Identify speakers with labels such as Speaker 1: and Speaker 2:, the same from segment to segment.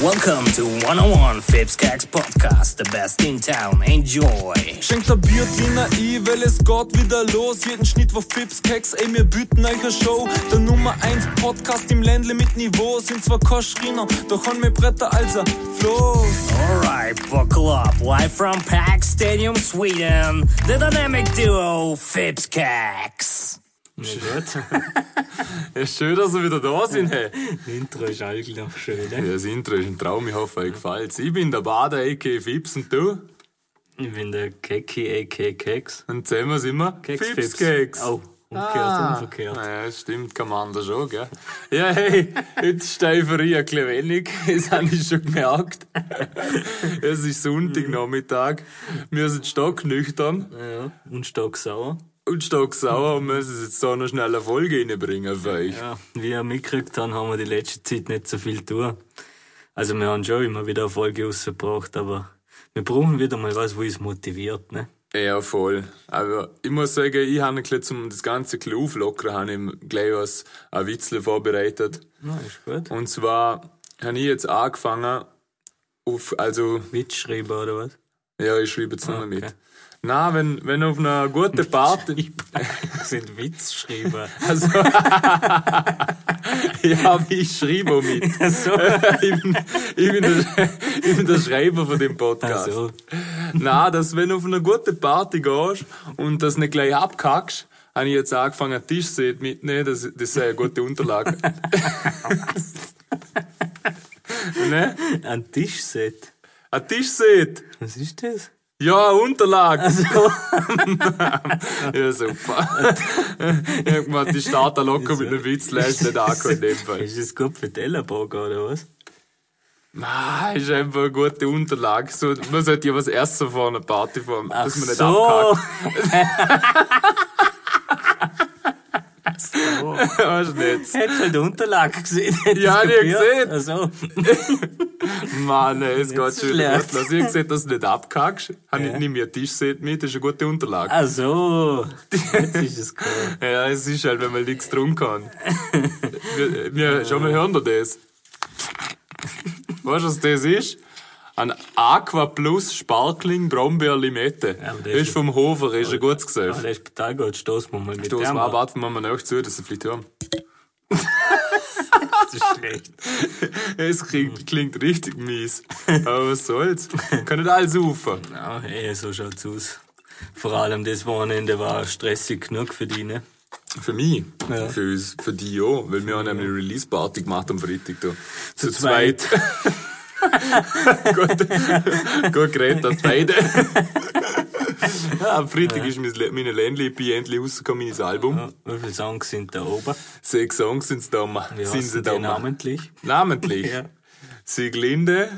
Speaker 1: Welcome to 101 Fips Gags Podcast, the best in town. Enjoy!
Speaker 2: Schenkt ein Bier, Tina, ich, weil es geht wieder los. Jeden Schnitt war Fips, Keks, ey, wir bieten euch eine Show. Der Nummer 1 Podcast im Ländle mit Niveau. Sind zwar kein Schreiner, doch haben wir Bretter also als ein Floß.
Speaker 1: Alright, buckle up. Live from Pack Stadium, Sweden, the dynamic duo Fips Gags.
Speaker 3: Ja, schön, dass wir wieder da sind. Hey.
Speaker 4: Intro ist eigentlich noch schön. Ne?
Speaker 3: Ja, Das Intro ist ein Traum, ich hoffe, euch gefällt Ich bin der Bader, a.k.a. Fips und du?
Speaker 4: Ich bin der Keki, a.k. Keks.
Speaker 3: Und sehen wir immer?
Speaker 4: Keks
Speaker 3: Fips Keks.
Speaker 4: Oh, umgekehrt,
Speaker 3: Ah.
Speaker 4: umverkehrt.
Speaker 3: Ja, stimmt, kann man anders schon, gell? Ja, hey, jetzt stehe ich ein bisschen wenig, das habe ich schon gemerkt. Es ist
Speaker 4: Mhm.
Speaker 3: Sonntagnachmittag, wir sind stocknüchtern
Speaker 4: Ja. Und stocksauer.
Speaker 3: und stocksauer und müssen jetzt so noch schnell eine Folge reinbringen für euch.
Speaker 4: Ja, wie ihr mitgekriegt habt, haben wir die letzte Zeit nicht so viel tun. Also wir haben schon immer wieder eine Folge rausgebracht, aber wir brauchen wieder mal was, wo uns motiviert. Ne?
Speaker 3: Ja, voll. Aber ich muss sagen, ich habe ein bisschen, um das ganze ein bisschen auflockern, habe ich gleich was, ein Witzle vorbereitet.
Speaker 4: Na, ist gut.
Speaker 3: Und zwar habe ich jetzt angefangen, auf, also,
Speaker 4: Mitschreiben oder was?
Speaker 3: ja, ich schreibe jetzt noch
Speaker 4: Ah, Okay.
Speaker 3: mit. Na, wenn, wenn auf einer guten Party,
Speaker 4: Das sind Witzschreiber.
Speaker 3: also, ja, ich schreibe auch mit.
Speaker 4: so.
Speaker 3: ich, bin, ich, bin der, ich bin der Schreiber von dem Podcast.
Speaker 4: Also,
Speaker 3: Na, dass wenn du auf eine gute Party gehst und das nicht gleich abkackst, habe ich jetzt angefangen, einen Tischset mitzunehmen. Das, das sei eine gute Unterlage. ne?
Speaker 4: ein Tischset.
Speaker 3: Ein Tischset!
Speaker 4: Was ist das?
Speaker 3: Ja, eine Unterlage!
Speaker 4: Also.
Speaker 3: Also ja, super. ich habe gemeint, die starten locker mit einem Witz, lässt nicht angekommen in dem Fall.
Speaker 4: Ist das gut für Tellerbogen oder was?
Speaker 3: Ah, ist einfach eine gute Unterlage. So, man sollte ja was essen vor einer Party, vor, dass man nicht abkackt.
Speaker 4: so.
Speaker 3: Weißt du nicht.
Speaker 4: Hättest halt Unterlage gesehen. hättest
Speaker 3: Ja,
Speaker 4: du
Speaker 3: die hab ich
Speaker 4: gehört.
Speaker 3: gesehen.
Speaker 4: Also,
Speaker 3: Mann, ey, es geht
Speaker 4: so
Speaker 3: schon wieder
Speaker 4: schlecht.
Speaker 3: gut. Lass ich gesehen, dass du nicht abkackst. Habe ich nicht mehr Tischset mit, das ist eine gute Unterlage.
Speaker 4: also. Jetzt ist es cool.
Speaker 3: Ja, es ist halt, wenn man nichts trinken kann. wir, wir, schon mal hören wir das. Weißt du, was das ist? Ein Aqua Plus Sparkling Brombeer Limette.
Speaker 4: aber das
Speaker 3: das ist
Speaker 4: ist-
Speaker 3: vom Hofer, ist ein gutes
Speaker 4: Aber
Speaker 3: Gesöff.
Speaker 4: der ist total gut. Stoßen wir mal mit
Speaker 3: Du,
Speaker 4: dem
Speaker 3: mal
Speaker 4: an.
Speaker 3: warten wir mal noch zu, dass sie vielleicht hören.
Speaker 4: Das ist schlecht.
Speaker 3: Es klingt, klingt richtig mies. Aber was soll's? Kann nicht alles rufen.
Speaker 4: Ja, ey, so schaut's aus. Vor allem das Wochenende war stressig genug für dich, ne?
Speaker 3: Für mich,
Speaker 4: Ja.
Speaker 3: für, uns, für dich auch, weil wir haben nämlich eine Release-Party gemacht am Freitag. Da. Zu,
Speaker 4: zweit.
Speaker 3: gut, gut geredet, dass beide. ja, am Freitag ist mein, Le- meine Landlippe endlich rausgekommen, mein Album.
Speaker 4: Ja, Wie viele Songs sind da oben?
Speaker 3: Sechs Songs sind da, ma-
Speaker 4: Wie
Speaker 3: sind
Speaker 4: heißen
Speaker 3: sie da
Speaker 4: die
Speaker 3: ma-
Speaker 4: namentlich?
Speaker 3: namentlich.
Speaker 4: Ja. Mhm.
Speaker 3: Sieglinde,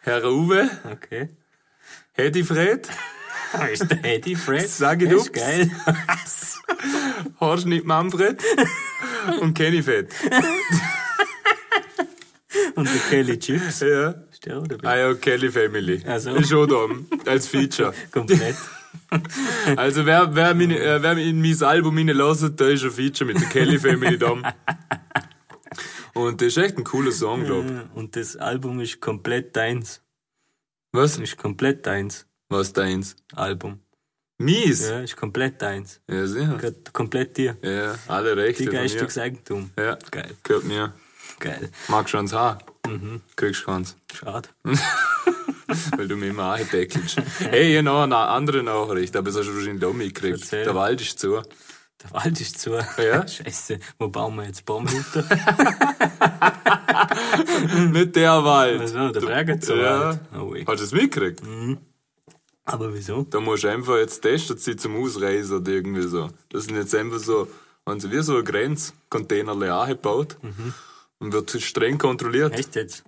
Speaker 3: Herr Uwe,
Speaker 4: Okay.
Speaker 3: Hedy Fred,
Speaker 4: Da ist der Eddie Fred.
Speaker 3: Sag ich
Speaker 4: Das ist
Speaker 3: ups.
Speaker 4: geil.
Speaker 3: Horschnitt Manfred und Kenny Fett.
Speaker 4: Und der Kelly Chips.
Speaker 3: Ja.
Speaker 4: Ist der auch dabei?
Speaker 3: Ah ja, Kelly Family.
Speaker 4: Also.
Speaker 3: Ist schon da, als Feature.
Speaker 4: Komplett.
Speaker 3: Also wer, wer, meine, äh, wer in mein Album reinlässt, da ist ein Feature mit der Kelly Family da. Und das ist echt ein cooler Song, glaub ich.
Speaker 4: Ja, Und das Album ist komplett deins.
Speaker 3: Was?
Speaker 4: Ist komplett deins.
Speaker 3: Was deins?
Speaker 4: Album.
Speaker 3: Mies? Ja,
Speaker 4: Ja, ist komplett deins.
Speaker 3: sicher.
Speaker 4: Gehört komplett dir.
Speaker 3: Ja, alle Rechte
Speaker 4: Die
Speaker 3: von mir.
Speaker 4: geistiges Eigentum.
Speaker 3: Ja,
Speaker 4: Geil. Mhm.
Speaker 3: gehört mir.
Speaker 4: Geil.
Speaker 3: Magst du ans Haar? Kriegst du keins.
Speaker 4: Schade.
Speaker 3: Hm. Weil du mir immer andeckelst. Hey, ich hab noch eine andere Nachricht, aber das hast du wahrscheinlich auch mitgekriegt.
Speaker 4: Erzähl.
Speaker 3: Der Wald ist zu.
Speaker 4: Der Wald ist zu.
Speaker 3: Ja?
Speaker 4: Scheiße. Wo bauen wir jetzt Baumhütte?
Speaker 3: Nicht der Wald.
Speaker 4: Also, der Bergenzerwald.
Speaker 3: Ja. Halt.
Speaker 4: Oh, weh.
Speaker 3: Hast du es mitgekriegt?
Speaker 4: Aber wieso?
Speaker 3: Da musst du einfach jetzt testet sie zum Ausreisen oder irgendwie so. Das sind jetzt einfach so, wenn sie wie so eine Grenze, Containerle angebaut
Speaker 4: Mhm.
Speaker 3: und wird streng kontrolliert.
Speaker 4: Echt jetzt?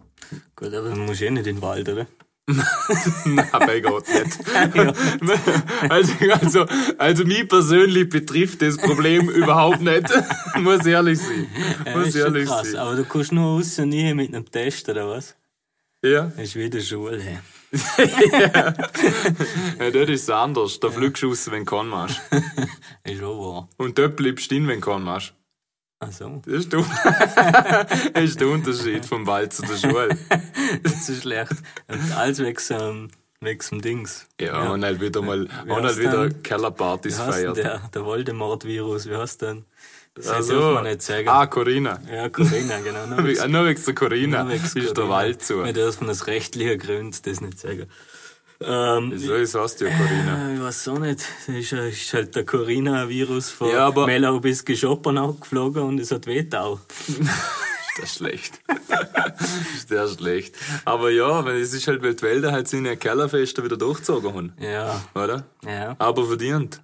Speaker 4: Gut, aber man muss eh nicht in den Wald, oder?
Speaker 3: Nein, bei Gott nicht. also, also, also mich persönlich betrifft das Problem überhaupt nicht. Muss ehrlich sein. Muss
Speaker 4: ist schon
Speaker 3: ehrlich
Speaker 4: krass.
Speaker 3: sein.
Speaker 4: Aber du kannst nur raus und nie mit einem Test, oder was?
Speaker 3: Ja.
Speaker 4: Das ist wieder Schule. hey.
Speaker 3: ja, dort ist es anders. Da fliegst du raus, wenn du keinen machst.
Speaker 4: Ist auch wahr.
Speaker 3: Und dort bleibst du drin, wenn du keinen machst.
Speaker 4: Also,
Speaker 3: Das ist, der, das ist der Unterschied vom Wald zu der Schule.
Speaker 4: das ist schlecht. Und alles wegs, ähm, wegs dem Dings.
Speaker 3: Ja, ja. und halt wieder mal,
Speaker 4: Wie
Speaker 3: und halt
Speaker 4: heißt
Speaker 3: wieder
Speaker 4: denn-
Speaker 3: Kellerpartys
Speaker 4: Wie heißt denn
Speaker 3: feiert.
Speaker 4: der, der Voldemort-Virus, wie heißt denn? Das
Speaker 3: Also,
Speaker 4: darf man nicht sagen.
Speaker 3: Ah, Corinna.
Speaker 4: Ja, Corinna, genau. Nur
Speaker 3: Wie-
Speaker 4: wegs-
Speaker 3: ah, Nur wegen der Corinna
Speaker 4: nur wegs
Speaker 3: ist der
Speaker 4: Corinna.
Speaker 3: Wald zu.
Speaker 4: Wir dürfen aus rechtlichen Gründen das nicht sagen. Ähm,
Speaker 3: So ist heißt ja Corinna.
Speaker 4: Ja, Äh, Ich weiß auch nicht. Das ist, äh, ist halt der Corona-Virus von
Speaker 3: Ja, aber-
Speaker 4: Melau bis Geschoppen geflogen und es hat Wetau.
Speaker 3: Ist das schlecht. ist der schlecht. Aber ja, wenn es ist halt, weil die Wälder halt seine Kellerfeste wieder durchgezogen haben.
Speaker 4: Ja,
Speaker 3: Oder?
Speaker 4: ja.
Speaker 3: Aber verdient.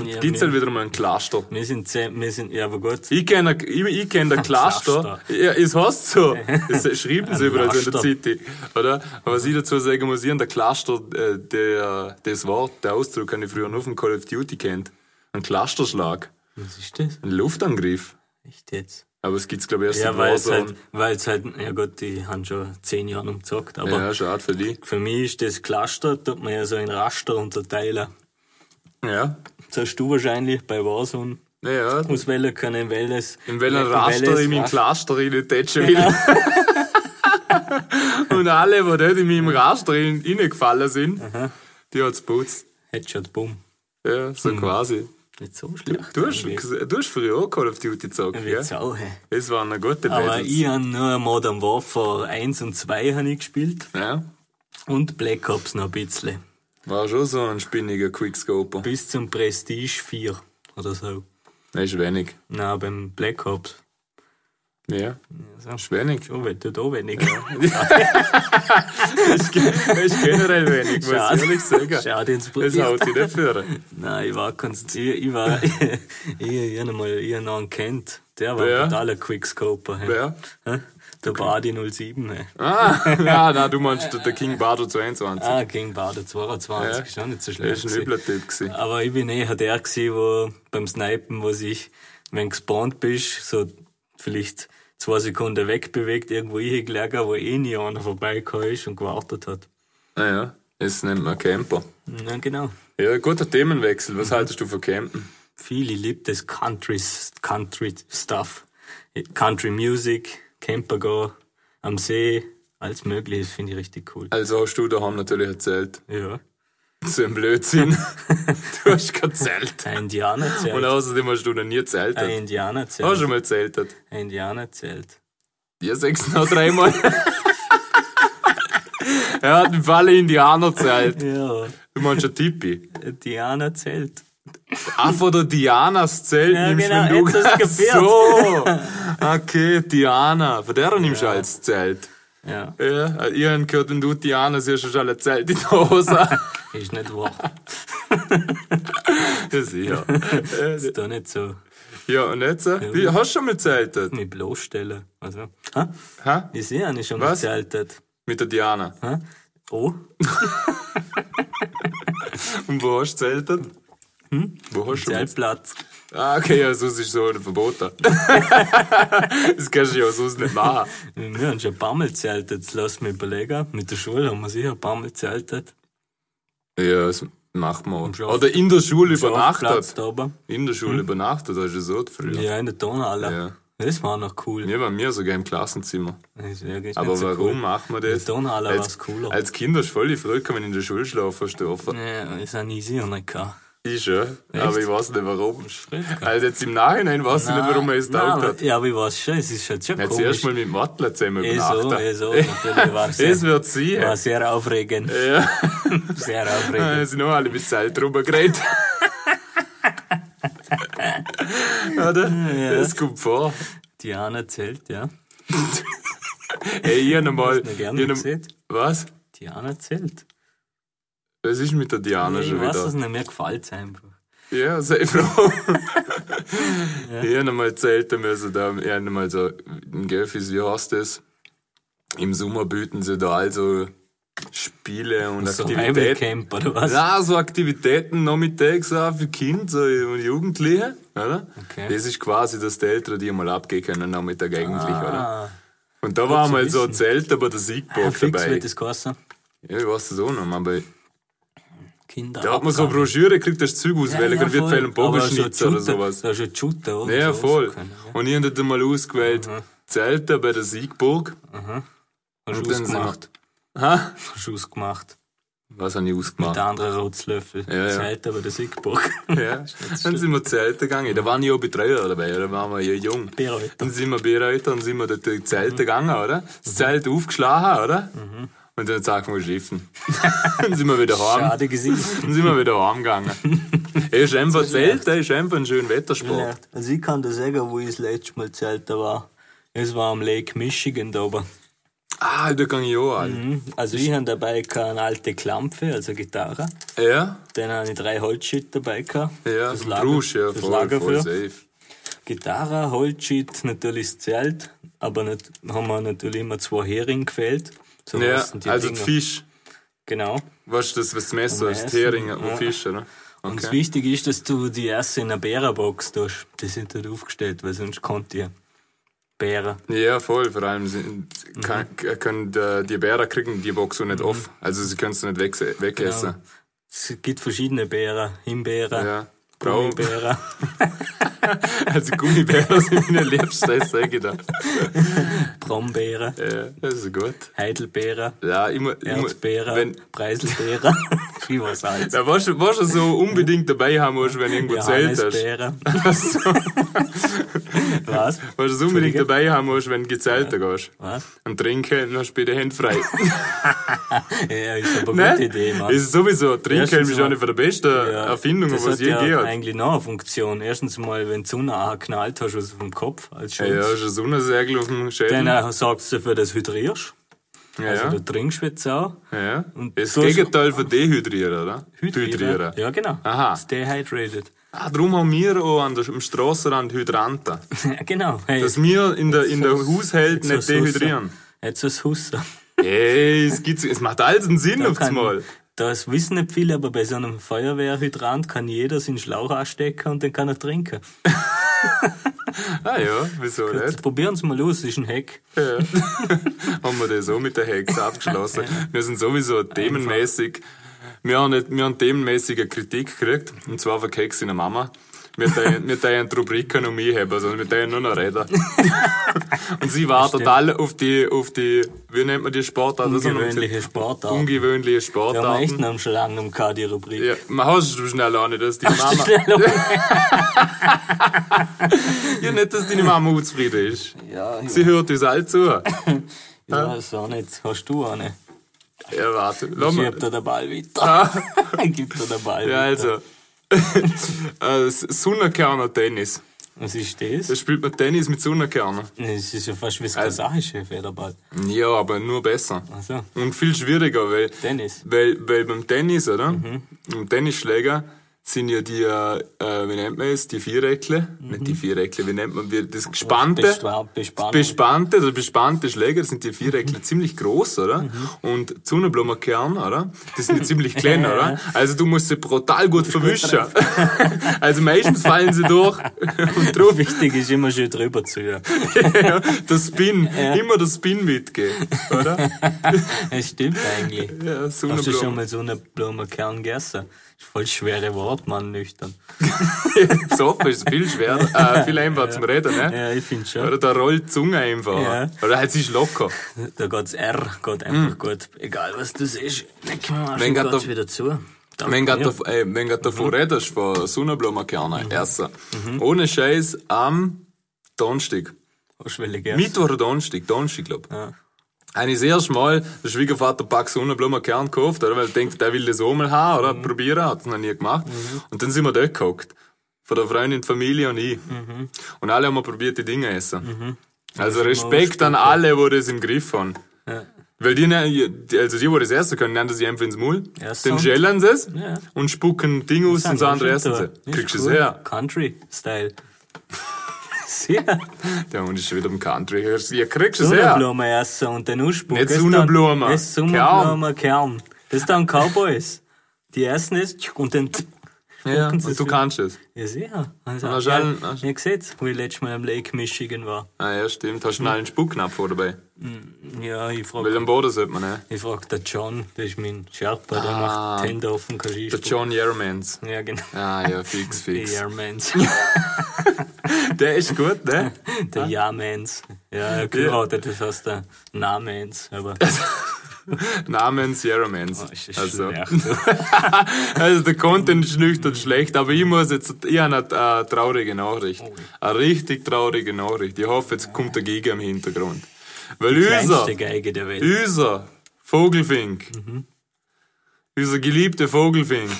Speaker 4: ja
Speaker 3: Gibt's
Speaker 4: wir,
Speaker 3: halt wieder mal einen Cluster.
Speaker 4: wir sind zehn, wir sind, ja, aber gut.
Speaker 3: Ich kenne ich, ich kenn den
Speaker 4: Cluster.
Speaker 3: Cluster. Ja, es heißt so. Das schreiben sie überall so in der
Speaker 4: Cluster.
Speaker 3: City. Oder? Aber was ich dazu sagen muss, ich habe den Cluster, äh, der, das Wort, der Ausdruck, den ich früher nur von Call of Duty kennt. Ein Clusterschlag.
Speaker 4: Was ist das?
Speaker 3: Ein Luftangriff.
Speaker 4: Echt jetzt?
Speaker 3: Aber es gibt's, glaube ich, erst
Speaker 4: Ja,
Speaker 3: in
Speaker 4: weil es
Speaker 3: Warzone.
Speaker 4: halt, weil es halt, ja gut, die haben schon zehn Jahre umgezockt, aber
Speaker 3: Ja, schade für die.
Speaker 4: für mich ist das Cluster, tut man ja so in Raster unterteilen.
Speaker 3: Ja.
Speaker 4: Das hast du wahrscheinlich bei Warzone
Speaker 3: Naja,
Speaker 4: auswählen können, welches.
Speaker 3: in welchen Raster
Speaker 4: welches
Speaker 3: ich meinen
Speaker 4: Raster-
Speaker 3: Cluster rein tätschen will. Und alle, die nicht in meinem Raster rein- reingefallen sind, die hat's putzt.
Speaker 4: Headshot, boom.
Speaker 3: Ja, so
Speaker 4: Mhm.
Speaker 3: quasi.
Speaker 4: Nicht so schlecht.
Speaker 3: Du hast, du hast früher auch Call of Duty gezockt,
Speaker 4: Wie
Speaker 3: ja?
Speaker 4: Sau, hey.
Speaker 3: Es waren eine gute
Speaker 4: Aber
Speaker 3: Battles.
Speaker 4: ich habe nur Modern Warfare 1 und 2 hab ich gespielt
Speaker 3: Ja,
Speaker 4: und Black Ops noch ein bisschen.
Speaker 3: war schon so ein spinniger Quickscoper.
Speaker 4: Bis zum Prestige 4 oder so.
Speaker 3: Das ist wenig.
Speaker 4: Na beim Black Ops. Oh,
Speaker 3: Ja,
Speaker 4: so.
Speaker 3: ist wenig.
Speaker 4: Schon we- tut auch wenig.
Speaker 3: Das ist generell wenig, muss ich ehrlich sagen.
Speaker 4: Schade ins
Speaker 3: Das
Speaker 4: Profil.
Speaker 3: haut dich nicht führen.
Speaker 4: Nein, ich war konzentriert. Ich war. ich, ich hab noch mal ich hab noch einen kennt. Der war
Speaker 3: Wer?
Speaker 4: ein totaler Quickscoper. Hey.
Speaker 3: Wer?
Speaker 4: Hä? Der Bardi 07. Hey.
Speaker 3: Ah, ja, nein, du meinst den- den King Bardo 22.
Speaker 4: Ah, gegen Bader 22. Ist auch nicht so
Speaker 3: Der
Speaker 4: schlecht.
Speaker 3: ist ein
Speaker 4: gewesen.
Speaker 3: übler Typ gewesen.
Speaker 4: Aber ich bin eher der gewesen, wo beim Snipen, wo sich, wenn du gespawnt bist, so vielleicht zwei Sekunden wegbewegt, irgendwo hingelagert, wo eh nie einer vorbeigekommen ist und gewartet hat.
Speaker 3: Ah ja, das nennt man Camper.
Speaker 4: Ja, genau.
Speaker 3: Ja, guter Themenwechsel. Was haltest du von Campen?
Speaker 4: Viele liebt das Country, Country Stuff. Country Music, Camper go, am See, alles mögliche, das finde ich richtig cool.
Speaker 3: Also hast du daheim natürlich erzählt.
Speaker 4: Ja.
Speaker 3: So ein Blödsinn. du hast kein Zelt.
Speaker 4: Ein Indianerzelt.
Speaker 3: Und außerdem hast du noch nie zeltet.
Speaker 4: Ein
Speaker 3: Hast du
Speaker 4: Indianerzelt.
Speaker 3: mal zeltet?
Speaker 4: Ein Indianerzelt.
Speaker 3: Ja, sechs noch dreimal. er hat im Falle Indianer zählt.
Speaker 4: Ja,
Speaker 3: Du meinst ein Tippi.
Speaker 4: Indianerzelt.
Speaker 3: Ah, von der Dianas Zelt
Speaker 4: Ja,
Speaker 3: nimmst
Speaker 4: genau,
Speaker 3: du
Speaker 4: jetzt hast du es
Speaker 3: Ach So. Okay, Diana. Von der nimmst du als Zelt.
Speaker 4: Ja,
Speaker 3: Ja, ihr habt gehört, wenn du Diana siehst, hast du alle Zelt in der Hose.
Speaker 4: ist nicht wahr.
Speaker 3: Das ist ja.
Speaker 4: Ist da nicht so
Speaker 3: Ja, und jetzt? äh, Wie, hast du schon mal zeltet?
Speaker 4: mit bloßstellen. Also, ha?
Speaker 3: Hä?
Speaker 4: Ich sehe eigentlich schon
Speaker 3: Was?
Speaker 4: gezeltet.
Speaker 3: Mit der Diana.
Speaker 4: Ha? Oh,
Speaker 3: Und wo hast du zeltet? Hm? Wo hast du schon mal
Speaker 4: Zeltplatz.
Speaker 3: Ah, okay, ja, sonst ist so verboten. das kannst du ja sonst nicht machen.
Speaker 4: Wir haben schon ein paar Mal gezeltet, jetzt lass mich überlegen. Mit der Schule haben wir sicher ein paar Mal gezeltet.
Speaker 3: Ja, das macht man auch.
Speaker 4: Schaf-
Speaker 3: Oder in der Schule
Speaker 4: Schon auf Platz
Speaker 3: übernachtet.
Speaker 4: da oben.
Speaker 3: In der Schule übernachtet, hast du so früher.
Speaker 4: Ja, in der Tonhalle.
Speaker 3: Ja.
Speaker 4: Das war noch cool.
Speaker 3: Wir waren mir sogar im Klassenzimmer.
Speaker 4: Das ist wirklich
Speaker 3: Aber
Speaker 4: nicht so
Speaker 3: warum
Speaker 4: Cool.
Speaker 3: macht man das?
Speaker 4: In der Turnhalle
Speaker 3: Als-
Speaker 4: war's cooler.
Speaker 3: Als Kind hast du voll die Freude gehabt, wenn du in der Schule schlafen dürfen.
Speaker 4: Ja, ist ein easy und nicht kann.
Speaker 3: Ich schon. Aber ich weiß nicht warum.
Speaker 4: frech, gell?
Speaker 3: Also jetzt im Nachhinein weiß ich nicht, warum er es
Speaker 4: Nein,
Speaker 3: taugt
Speaker 4: aber-
Speaker 3: hat.
Speaker 4: Ah, Ja, aber ich weiß schon, es ist halt schon
Speaker 3: Jetzt
Speaker 4: komisch.
Speaker 3: erstmal mit dem Wattler zusammen
Speaker 4: eh so,
Speaker 3: übernachtet.
Speaker 4: eh so. Natürlich war es
Speaker 3: Es
Speaker 4: sehr,
Speaker 3: wird sie.
Speaker 4: war sehr aufregend. Sehr aufregend.
Speaker 3: Es sind noch alle mit Zeit drüber geredet. Oder? Das kommt vor.
Speaker 4: Diana zählt, ja.
Speaker 3: Ey, ich hab nochmal.
Speaker 4: Hast du noch gerne gesehen?
Speaker 3: Was?
Speaker 4: Diana zählt.
Speaker 3: Was ist mit der Diana
Speaker 4: Ich
Speaker 3: schon
Speaker 4: weiß es
Speaker 3: wieder?
Speaker 4: nicht, mir gefällt es einfach.
Speaker 3: Ja, sei froh. Ich hab nochmal erzählt, da müssen da, ich hab nochmal so, in Gelfis, wie heißt das? Im Sommer bieten sie da also Spiele und
Speaker 4: Survival
Speaker 3: Aktivitäten.
Speaker 4: Camp oder was?
Speaker 3: Ja, so Aktivitäten nachmittags auch für Kinder so und Jugendliche, oder?
Speaker 4: Okay.
Speaker 3: Das ist quasi, dass die Eltern die mal abgehen können, Nachmittag eigentlich, oder?
Speaker 4: Ah,
Speaker 3: Und da war
Speaker 4: zu
Speaker 3: mal so ein
Speaker 4: wissen.
Speaker 3: Zelt, aber der Siegburg
Speaker 4: fix
Speaker 3: dabei.
Speaker 4: wird das kosten.
Speaker 3: Ja, ich weiß das auch noch, aber
Speaker 4: Kinder.
Speaker 3: Da hat man so eine Broschüre gekriegt, das Zeug auswählen, dann wird Pfeil und Bogen schnitzen oder sowas.
Speaker 4: Da ist ein Shooter, oder?
Speaker 3: Ja,
Speaker 4: sowas
Speaker 3: voll.
Speaker 4: können, ja. Mhm.
Speaker 3: Und ich habe dann mal ausgewählt, Zelten bei der Siegburg.
Speaker 4: Hast
Speaker 3: Und
Speaker 4: du
Speaker 3: dann sind wir-
Speaker 4: ausgemacht.
Speaker 3: Ha?
Speaker 4: Hast du ausgemacht.
Speaker 3: Was habe ich
Speaker 4: Mit
Speaker 3: ausgemacht?
Speaker 4: der anderen Rotzlöffel.
Speaker 3: Ja, ja.
Speaker 4: Zweiter bei der Siegburg.
Speaker 3: Ja. Dann sind wir Zelten gegangen. Da waren ja auch Betreuer dabei, da waren wir ja jung.
Speaker 4: Bereut.
Speaker 3: Dann sind wir Bierreiter und sind wir dort in die Zelte
Speaker 4: Mhm.
Speaker 3: gegangen, oder? Das Zelt aufgeschlagen, oder? Und dann sagen wir schiffen. dann sind wir wieder heim.
Speaker 4: Schade gesehen.
Speaker 3: Dann sind wir wieder heimgegangen. Er ist einfach Zelt, er ist einfach ein schöner Wettersport.
Speaker 4: Vielleicht. Also ich kann dir sagen, wo ich das letzte Mal zelten war. Es war am Lake Michigan da oben.
Speaker 3: Ah, da gang ich auch an.
Speaker 4: Also ich habe dabei gehabt eine alte Klampfe, also eine Gitarre.
Speaker 3: Ja?
Speaker 4: Dann habe ich drei Holzschit dabei gehabt.
Speaker 3: Ja, also
Speaker 4: Fürs Lager-
Speaker 3: Brusch, ja,
Speaker 4: fürs
Speaker 3: voll,
Speaker 4: Lager
Speaker 3: voll
Speaker 4: für.
Speaker 3: safe.
Speaker 4: Gitarre, Holzschit, natürlich das Zelt. Aber nicht, haben wir natürlich immer zwei Hering gefällt. So
Speaker 3: Ja,
Speaker 4: heißen
Speaker 3: also
Speaker 4: Dinger.
Speaker 3: Fisch.
Speaker 4: Genau.
Speaker 3: Weißt du, das, was das Messer ist?
Speaker 4: Messer,
Speaker 3: Hering und ne?
Speaker 4: ja.
Speaker 3: Fisch, oder?
Speaker 4: Und das
Speaker 3: Okay.
Speaker 4: Wichtige ist, dass du die erste in einer Bärenbox tust. Die sind dort aufgestellt, weil sonst konnte ich Bären.
Speaker 3: Ja, voll. Vor allem sind, kann,
Speaker 4: Mhm.
Speaker 3: können äh, die Bärer kriegen die Box so nicht auf. Also sie können es nicht weg, wegessen.
Speaker 4: Ja. Es gibt verschiedene Bären. Himbeeren,
Speaker 3: Ja. Brau,
Speaker 4: Braunbären.
Speaker 3: also Gummibären sind meine Liebsten, das sage ich da.
Speaker 4: Brombeeren,
Speaker 3: Ja, das ist gut.
Speaker 4: Heidelbeeren,
Speaker 3: Ja, immer, immer
Speaker 4: Erdbeeren,
Speaker 3: wenn,
Speaker 4: Preiselbeeren, ich weiß alles.
Speaker 3: ja, was, was du so unbedingt dabei haben musst, wenn du irgendwo gezählt hast.
Speaker 4: Johannisbeeren. Was?
Speaker 3: Was du so unbedingt dabei haben musst, wenn du gezählt gehst.
Speaker 4: Was?
Speaker 3: Und trinken, dann hast du beide Hände frei.
Speaker 4: Ja, ist aber eine
Speaker 3: Ne?
Speaker 4: gute Idee, Mann.
Speaker 3: Ist sowieso, Trinkhelm
Speaker 4: Erstens
Speaker 3: ist eine
Speaker 4: mal-
Speaker 3: von der besten
Speaker 4: Ja,
Speaker 3: Erfindungen,
Speaker 4: das hat
Speaker 3: was es je
Speaker 4: ja
Speaker 3: gegeben hat.
Speaker 4: eigentlich noch eine Funktion. Erstens mal, wenn die Sonne auch knallt hast, also vom Kopf als
Speaker 3: Ja,
Speaker 4: Schutz.
Speaker 3: ja, ist ein Sonnensegel auf dem Schädel.
Speaker 4: Dann äh, sorgst du dafür, dass du hydrierst.
Speaker 3: ja,
Speaker 4: Also
Speaker 3: ja.
Speaker 4: du trinkst jetzt auch.
Speaker 3: ja.
Speaker 4: und
Speaker 3: Das
Speaker 4: du hast-
Speaker 3: Gegenteil von dehydrieren, oder?
Speaker 4: Ja, genau.
Speaker 3: Aha.
Speaker 4: Ist Dehydrated.
Speaker 3: Ah, darum haben wir auch an der, am Strassenrand Hydranten.
Speaker 4: Ja, genau. Hey,
Speaker 3: Dass wir in der, in der Haushalt
Speaker 4: jetzt
Speaker 3: nicht
Speaker 4: hast du's
Speaker 3: dehydrieren.
Speaker 4: Hussen. Jetzt ist Husser.
Speaker 3: Ey, es, gibt's, es macht alles einen Sinn auf
Speaker 4: kann-
Speaker 3: einmal.
Speaker 4: Das wissen nicht viele, aber bei so einem Feuerwehrhydrant kann jeder seinen Schlauch anstecken und den kann er trinken.
Speaker 3: Ah ja, wieso nicht?
Speaker 4: Jetzt probieren Sie mal aus, ist ein Hack.
Speaker 3: Ja. haben wir das so mit der Hex abgeschlossen. Wir sind sowieso themenmäßig, wir haben, nicht, wir haben themenmäßig eine Kritik gekriegt, und zwar von Hex in der Mama. Wir teilen, wir teilen die Rubriken um mich haben, sondern wir teilen nur noch Räder. und sie wartet alle auf die, auf die, wie nennt man die Sportart?
Speaker 4: Ungewöhnliche Sportart.
Speaker 3: Ungewöhnliche
Speaker 4: Da haben wir echt
Speaker 3: Sportarten.
Speaker 4: noch am Schlangen um die Rubrik.
Speaker 3: Ja, man hast du schnell auch nicht, dass die
Speaker 4: Hast du
Speaker 3: Mama,
Speaker 4: schnell um-
Speaker 3: ja, nicht, dass deine Mama unzufrieden ist.
Speaker 4: Ja, ich
Speaker 3: Sie hört uns alle zu. Ja,
Speaker 4: weiß auch nicht. Hast du eine?
Speaker 3: warte. Lass mal,
Speaker 4: Schiebt dir den Ball weiter. Gib dir den Ball
Speaker 3: Ah. Ja,
Speaker 4: weiter.
Speaker 3: also. äh, Sonnenkerner Tennis.
Speaker 4: Was ist das?
Speaker 3: Da spielt man Tennis mit Sonnenkerner.
Speaker 4: Das ist ja fast wie das
Speaker 3: Also.
Speaker 4: kasachische Federball.
Speaker 3: Ja, aber nur besser.
Speaker 4: Also,
Speaker 3: Und viel schwieriger, weil,
Speaker 4: Tennis.
Speaker 3: weil, weil beim Tennis, oder? Beim Tennisschläger sind ja die, äh, äh, wie nennt man es, die Viereckle. Nicht die Viereckle, wie nennt man wie- das gespannte?
Speaker 4: Bespa- Bespannung.
Speaker 3: Bespannte, der bespannte Schläger das sind die Viereckle ziemlich groß, oder? Und Zuneblumenkern, oder? Die sind die ziemlich klein, oder? Also du musst sie brutal gut verwischen. also meistens fallen sie durch. Und drauf
Speaker 4: Wichtig ist immer schön drüber zu hören.
Speaker 3: ja, der Spin, immer der Spin mitgehen, oder?
Speaker 4: Das stimmt eigentlich.
Speaker 3: Ja,
Speaker 4: Hast du schon
Speaker 3: Sonnenblumen.
Speaker 4: mal so eine Blumenkern gegessen? Ist voll schwere Wort, Mann, nüchtern.
Speaker 3: Zoffen ist viel schwerer, äh, viel einfacher zum Reden, ne?
Speaker 4: Ja, ich finde schon.
Speaker 3: Oder da rollt die Zunge einfach.
Speaker 4: Ja.
Speaker 3: Oder halt, sie ist locker.
Speaker 4: Da geht's R, geht einfach gut. Egal was das ist, leck mir mal,
Speaker 3: Hm. Wenn
Speaker 4: wenn
Speaker 3: grad
Speaker 4: geht's
Speaker 3: der-
Speaker 4: wieder zu. Da
Speaker 3: Wenn grad dav- ey, wenn grad davon
Speaker 4: Mhm.
Speaker 3: redest, von Sonnenblumenkernen, erster. Ohne Scheiß am Donnerstag.
Speaker 4: hast du welche gern?
Speaker 3: Mittwoch oder Donnerstag, Donnerstag, glaub ich. Habe ich das erste Mal der Schwiegervater packt so einen blauen Kern gekauft, oder? Weil er denkt, der will das auch mal haben,
Speaker 4: Mhm.
Speaker 3: oder? Probieren, hat es noch nie gemacht. Und dann sind wir dort gehockt. Von der Freundin, die Familie und ich.
Speaker 4: Mhm.
Speaker 3: Und alle haben wir probiert, die Dinge essen. Also Respekt an alle, die das im Griff haben. Weil die, ne- also die, die das essen können, nennen sie einfach ins Maul,
Speaker 4: Erst
Speaker 3: dann
Speaker 4: so.
Speaker 3: schälen sie es
Speaker 4: Ja.
Speaker 3: und spucken Ding aus und das andere essen sie.
Speaker 4: Ist
Speaker 3: also, Kriegst du es
Speaker 4: cool.
Speaker 3: her?
Speaker 4: Country-Style. Sehr.
Speaker 3: Der Hund ist schon wieder im Country. hörst du? Ja, kriegst du es her?
Speaker 4: Sonnenblumen essen und dann ausspucken.
Speaker 3: Nicht
Speaker 4: Das ist
Speaker 3: Sonnenblumen.
Speaker 4: dann- Das ist Sonnenblumenkern. Das ist dann Cowboys. Die essen es und dann
Speaker 3: Ja,
Speaker 4: Gucken Sie
Speaker 3: und
Speaker 4: es
Speaker 3: du
Speaker 4: wieder.
Speaker 3: kannst es.
Speaker 4: Ja, sicher. Also,
Speaker 3: Na,
Speaker 4: ja,
Speaker 3: schau, na, schau.
Speaker 4: ihr seht, wo ich letztes Mal am Lake Michigan war.
Speaker 3: Ah ja, stimmt. Hast du einen Spucknapf vor dabei?
Speaker 4: Ja, ich
Speaker 3: Weil
Speaker 4: frage
Speaker 3: am Boden sollte man, ne?
Speaker 4: ich frag den John, das ist mein Sherpa, der macht die Hände auf dem
Speaker 3: Ah. Der John Yermans.
Speaker 4: Ja, genau.
Speaker 3: Ah ja, fix,
Speaker 4: Die
Speaker 3: fix.
Speaker 4: Yarmans.
Speaker 3: Der ist gut, ne?
Speaker 4: Der Yarmans. Ja, er geheiratet, das heißt der Namens. Aber
Speaker 3: Namens Yermans.
Speaker 4: es ist
Speaker 3: Also,
Speaker 4: schlecht.
Speaker 3: also der Content ist nüchtern schlecht, aber ich muss jetzt, ich habe eine äh, traurige Nachricht. Eine richtig traurige Nachricht. Ich hoffe, jetzt kommt der Giga im Hintergrund. Weil unser,
Speaker 4: kleinste Geige der Welt.
Speaker 3: unser Vogelfink,
Speaker 4: Mhm.
Speaker 3: unser geliebter Vogelfink,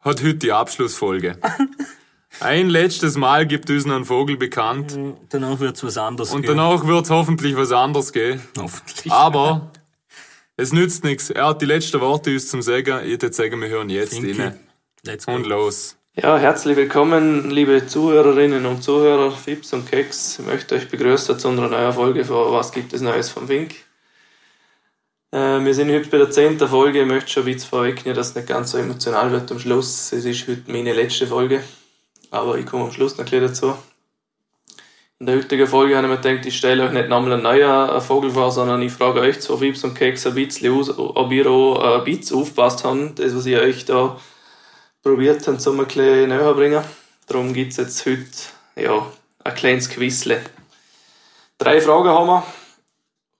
Speaker 3: hat heute die Abschlussfolge. Ein letztes Mal gibt uns noch ein Vogel bekannt
Speaker 4: Danach wird es was anderes
Speaker 3: und
Speaker 4: geben.
Speaker 3: danach wird es hoffentlich was anderes gehen.
Speaker 4: Hoffentlich.
Speaker 3: Aber es nützt nichts. Er hat die letzten Worte uns zum Sagen. Ich würde sagen, wir hören jetzt
Speaker 4: Finki,
Speaker 3: rein.
Speaker 4: Let's go.
Speaker 3: Und los.
Speaker 5: Ja, herzlich willkommen, liebe Zuhörerinnen und Zuhörer, Fips und Keks. Ich möchte euch begrüßen zu unserer neuen Folge von Was gibt es Neues vom Wink? Äh, wir sind heute bei der zehnten Folge. Ich möchte schon ein bisschen vorwegnehmen, dass es nicht ganz so emotional wird am Schluss. Es ist heute meine letzte Folge, aber ich komme am Schluss noch gleich dazu. In der heutigen Folge habe ich mir gedacht, ich stelle euch nicht nochmal einen neuen äh, Vogel vor, sondern ich frage euch zwei Fips und Keks ein bisschen aus, ob ihr auch ein bisschen aufgepasst habt, das, was ich euch da probiert haben, zum ein bisschen näher bringen. Darum gibt es jetzt heute ja, ein kleines Quizle. Drei Fragen haben wir.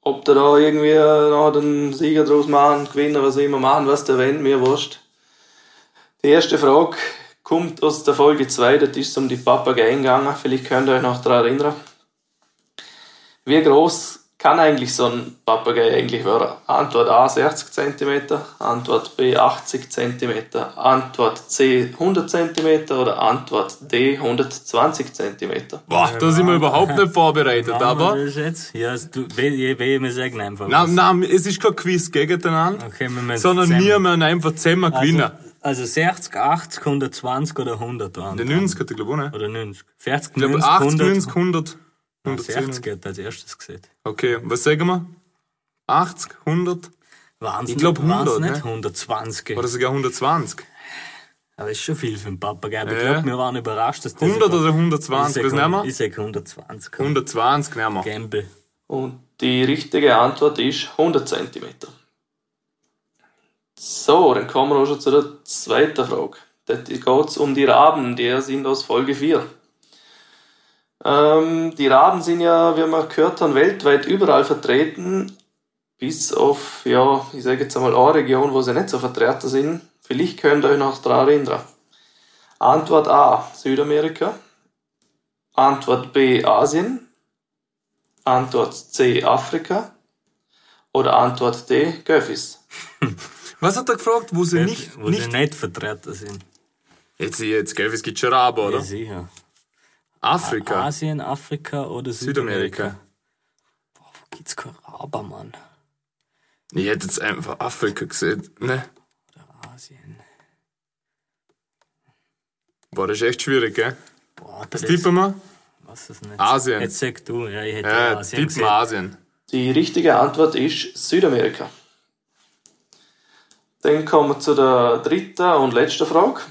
Speaker 5: Ob der da irgendwie noch den Sieger draus machen, gewinnen, was immer machen, was der wenn, mir wurscht. Die erste Frage kommt aus der Folge 2, das ist um die Papageien gegangen. Vielleicht könnt ihr euch noch daran erinnern. Wie groß kann eigentlich so ein Papagei eigentlich werden? Antwort A 60 cm, Antwort B 80 cm, Antwort C 100 cm oder Antwort D 120 cm.
Speaker 3: Boah, da sind wir überhaupt nicht vorbereitet,
Speaker 4: Machen wir
Speaker 3: aber.
Speaker 4: das jetzt? Ja, also du, weh, je- weh, wir sagen einfach.
Speaker 3: Nein, nein, es ist kein Quiz gegeneinander,
Speaker 4: Okay, wir müssen
Speaker 3: sondern
Speaker 4: zusammen-
Speaker 3: wir müssen einfach zusammen gewinnen.
Speaker 4: Also 60, 80, 120 oder 100 waren.
Speaker 3: Der 90 hat er, glaube ich, auch nicht.
Speaker 4: Oder 90. 40,
Speaker 3: Ich glaube,
Speaker 4: 90, 100.
Speaker 3: 80, 90, 100, 110.
Speaker 4: 60 Ah, hat als erstes gesehen.
Speaker 3: Okay, was sagen wir? 80, 100
Speaker 4: Wahnsinnig.
Speaker 3: Ich glaub, 100,
Speaker 4: nicht
Speaker 3: ne?
Speaker 4: 120.
Speaker 3: oder sogar 120?
Speaker 4: Aber ist schon viel für einen Papagei. Aber ich
Speaker 3: Ja.
Speaker 4: glaube, wir waren überrascht, dass das.
Speaker 3: 100
Speaker 4: überhaupt-
Speaker 3: oder
Speaker 4: Ich
Speaker 3: 120,
Speaker 4: sag
Speaker 3: was nehmen wir?
Speaker 4: Ich sage 120.
Speaker 3: 120 nehmen wir.
Speaker 4: Gamble.
Speaker 5: Und die richtige Antwort ist 100 cm. So, dann kommen wir auch schon zu der zweiten Frage. Da geht es um die Raben, die sind aus Folge 4. Ähm, die Raben sind ja, wie wir gehört haben, weltweit überall vertreten, bis auf, ja, ich sage jetzt einmal eine Region, wo sie nicht so vertreten sind. Vielleicht könnt ihr euch noch daran erinnern. Antwort A, Südamerika. Antwort B, Asien. Antwort C Afrika oder Antwort D Göffis.
Speaker 3: Was hat er gefragt, wo sie nicht.
Speaker 4: wo
Speaker 3: nicht
Speaker 4: sie nicht vertreten sind.
Speaker 3: jetzt, jetzt, gell, es gibt schon Raben,
Speaker 4: Ja,
Speaker 3: oder?
Speaker 4: sicher.
Speaker 3: Afrika.
Speaker 4: Ah, Asien, Afrika oder Südamerika.
Speaker 3: Südamerika.
Speaker 4: Wo gibt's keinen Raber, Mann?
Speaker 3: Ich hätte jetzt einfach Afrika gesehen. Ne?
Speaker 4: Asien.
Speaker 3: Boah, das ist echt schwierig, gell?
Speaker 4: Boah, das-
Speaker 3: Was tippen wir?
Speaker 4: Was ist denn jetzt?
Speaker 3: Asien.
Speaker 4: Jetzt sag du, ja, ich hätte
Speaker 3: Ah. Ja, jetzt
Speaker 4: Asien
Speaker 3: tippen
Speaker 4: gesehen.
Speaker 3: wir Asien.
Speaker 5: Die richtige Antwort ist Südamerika. Dann kommen wir zu der dritten und letzten Frage.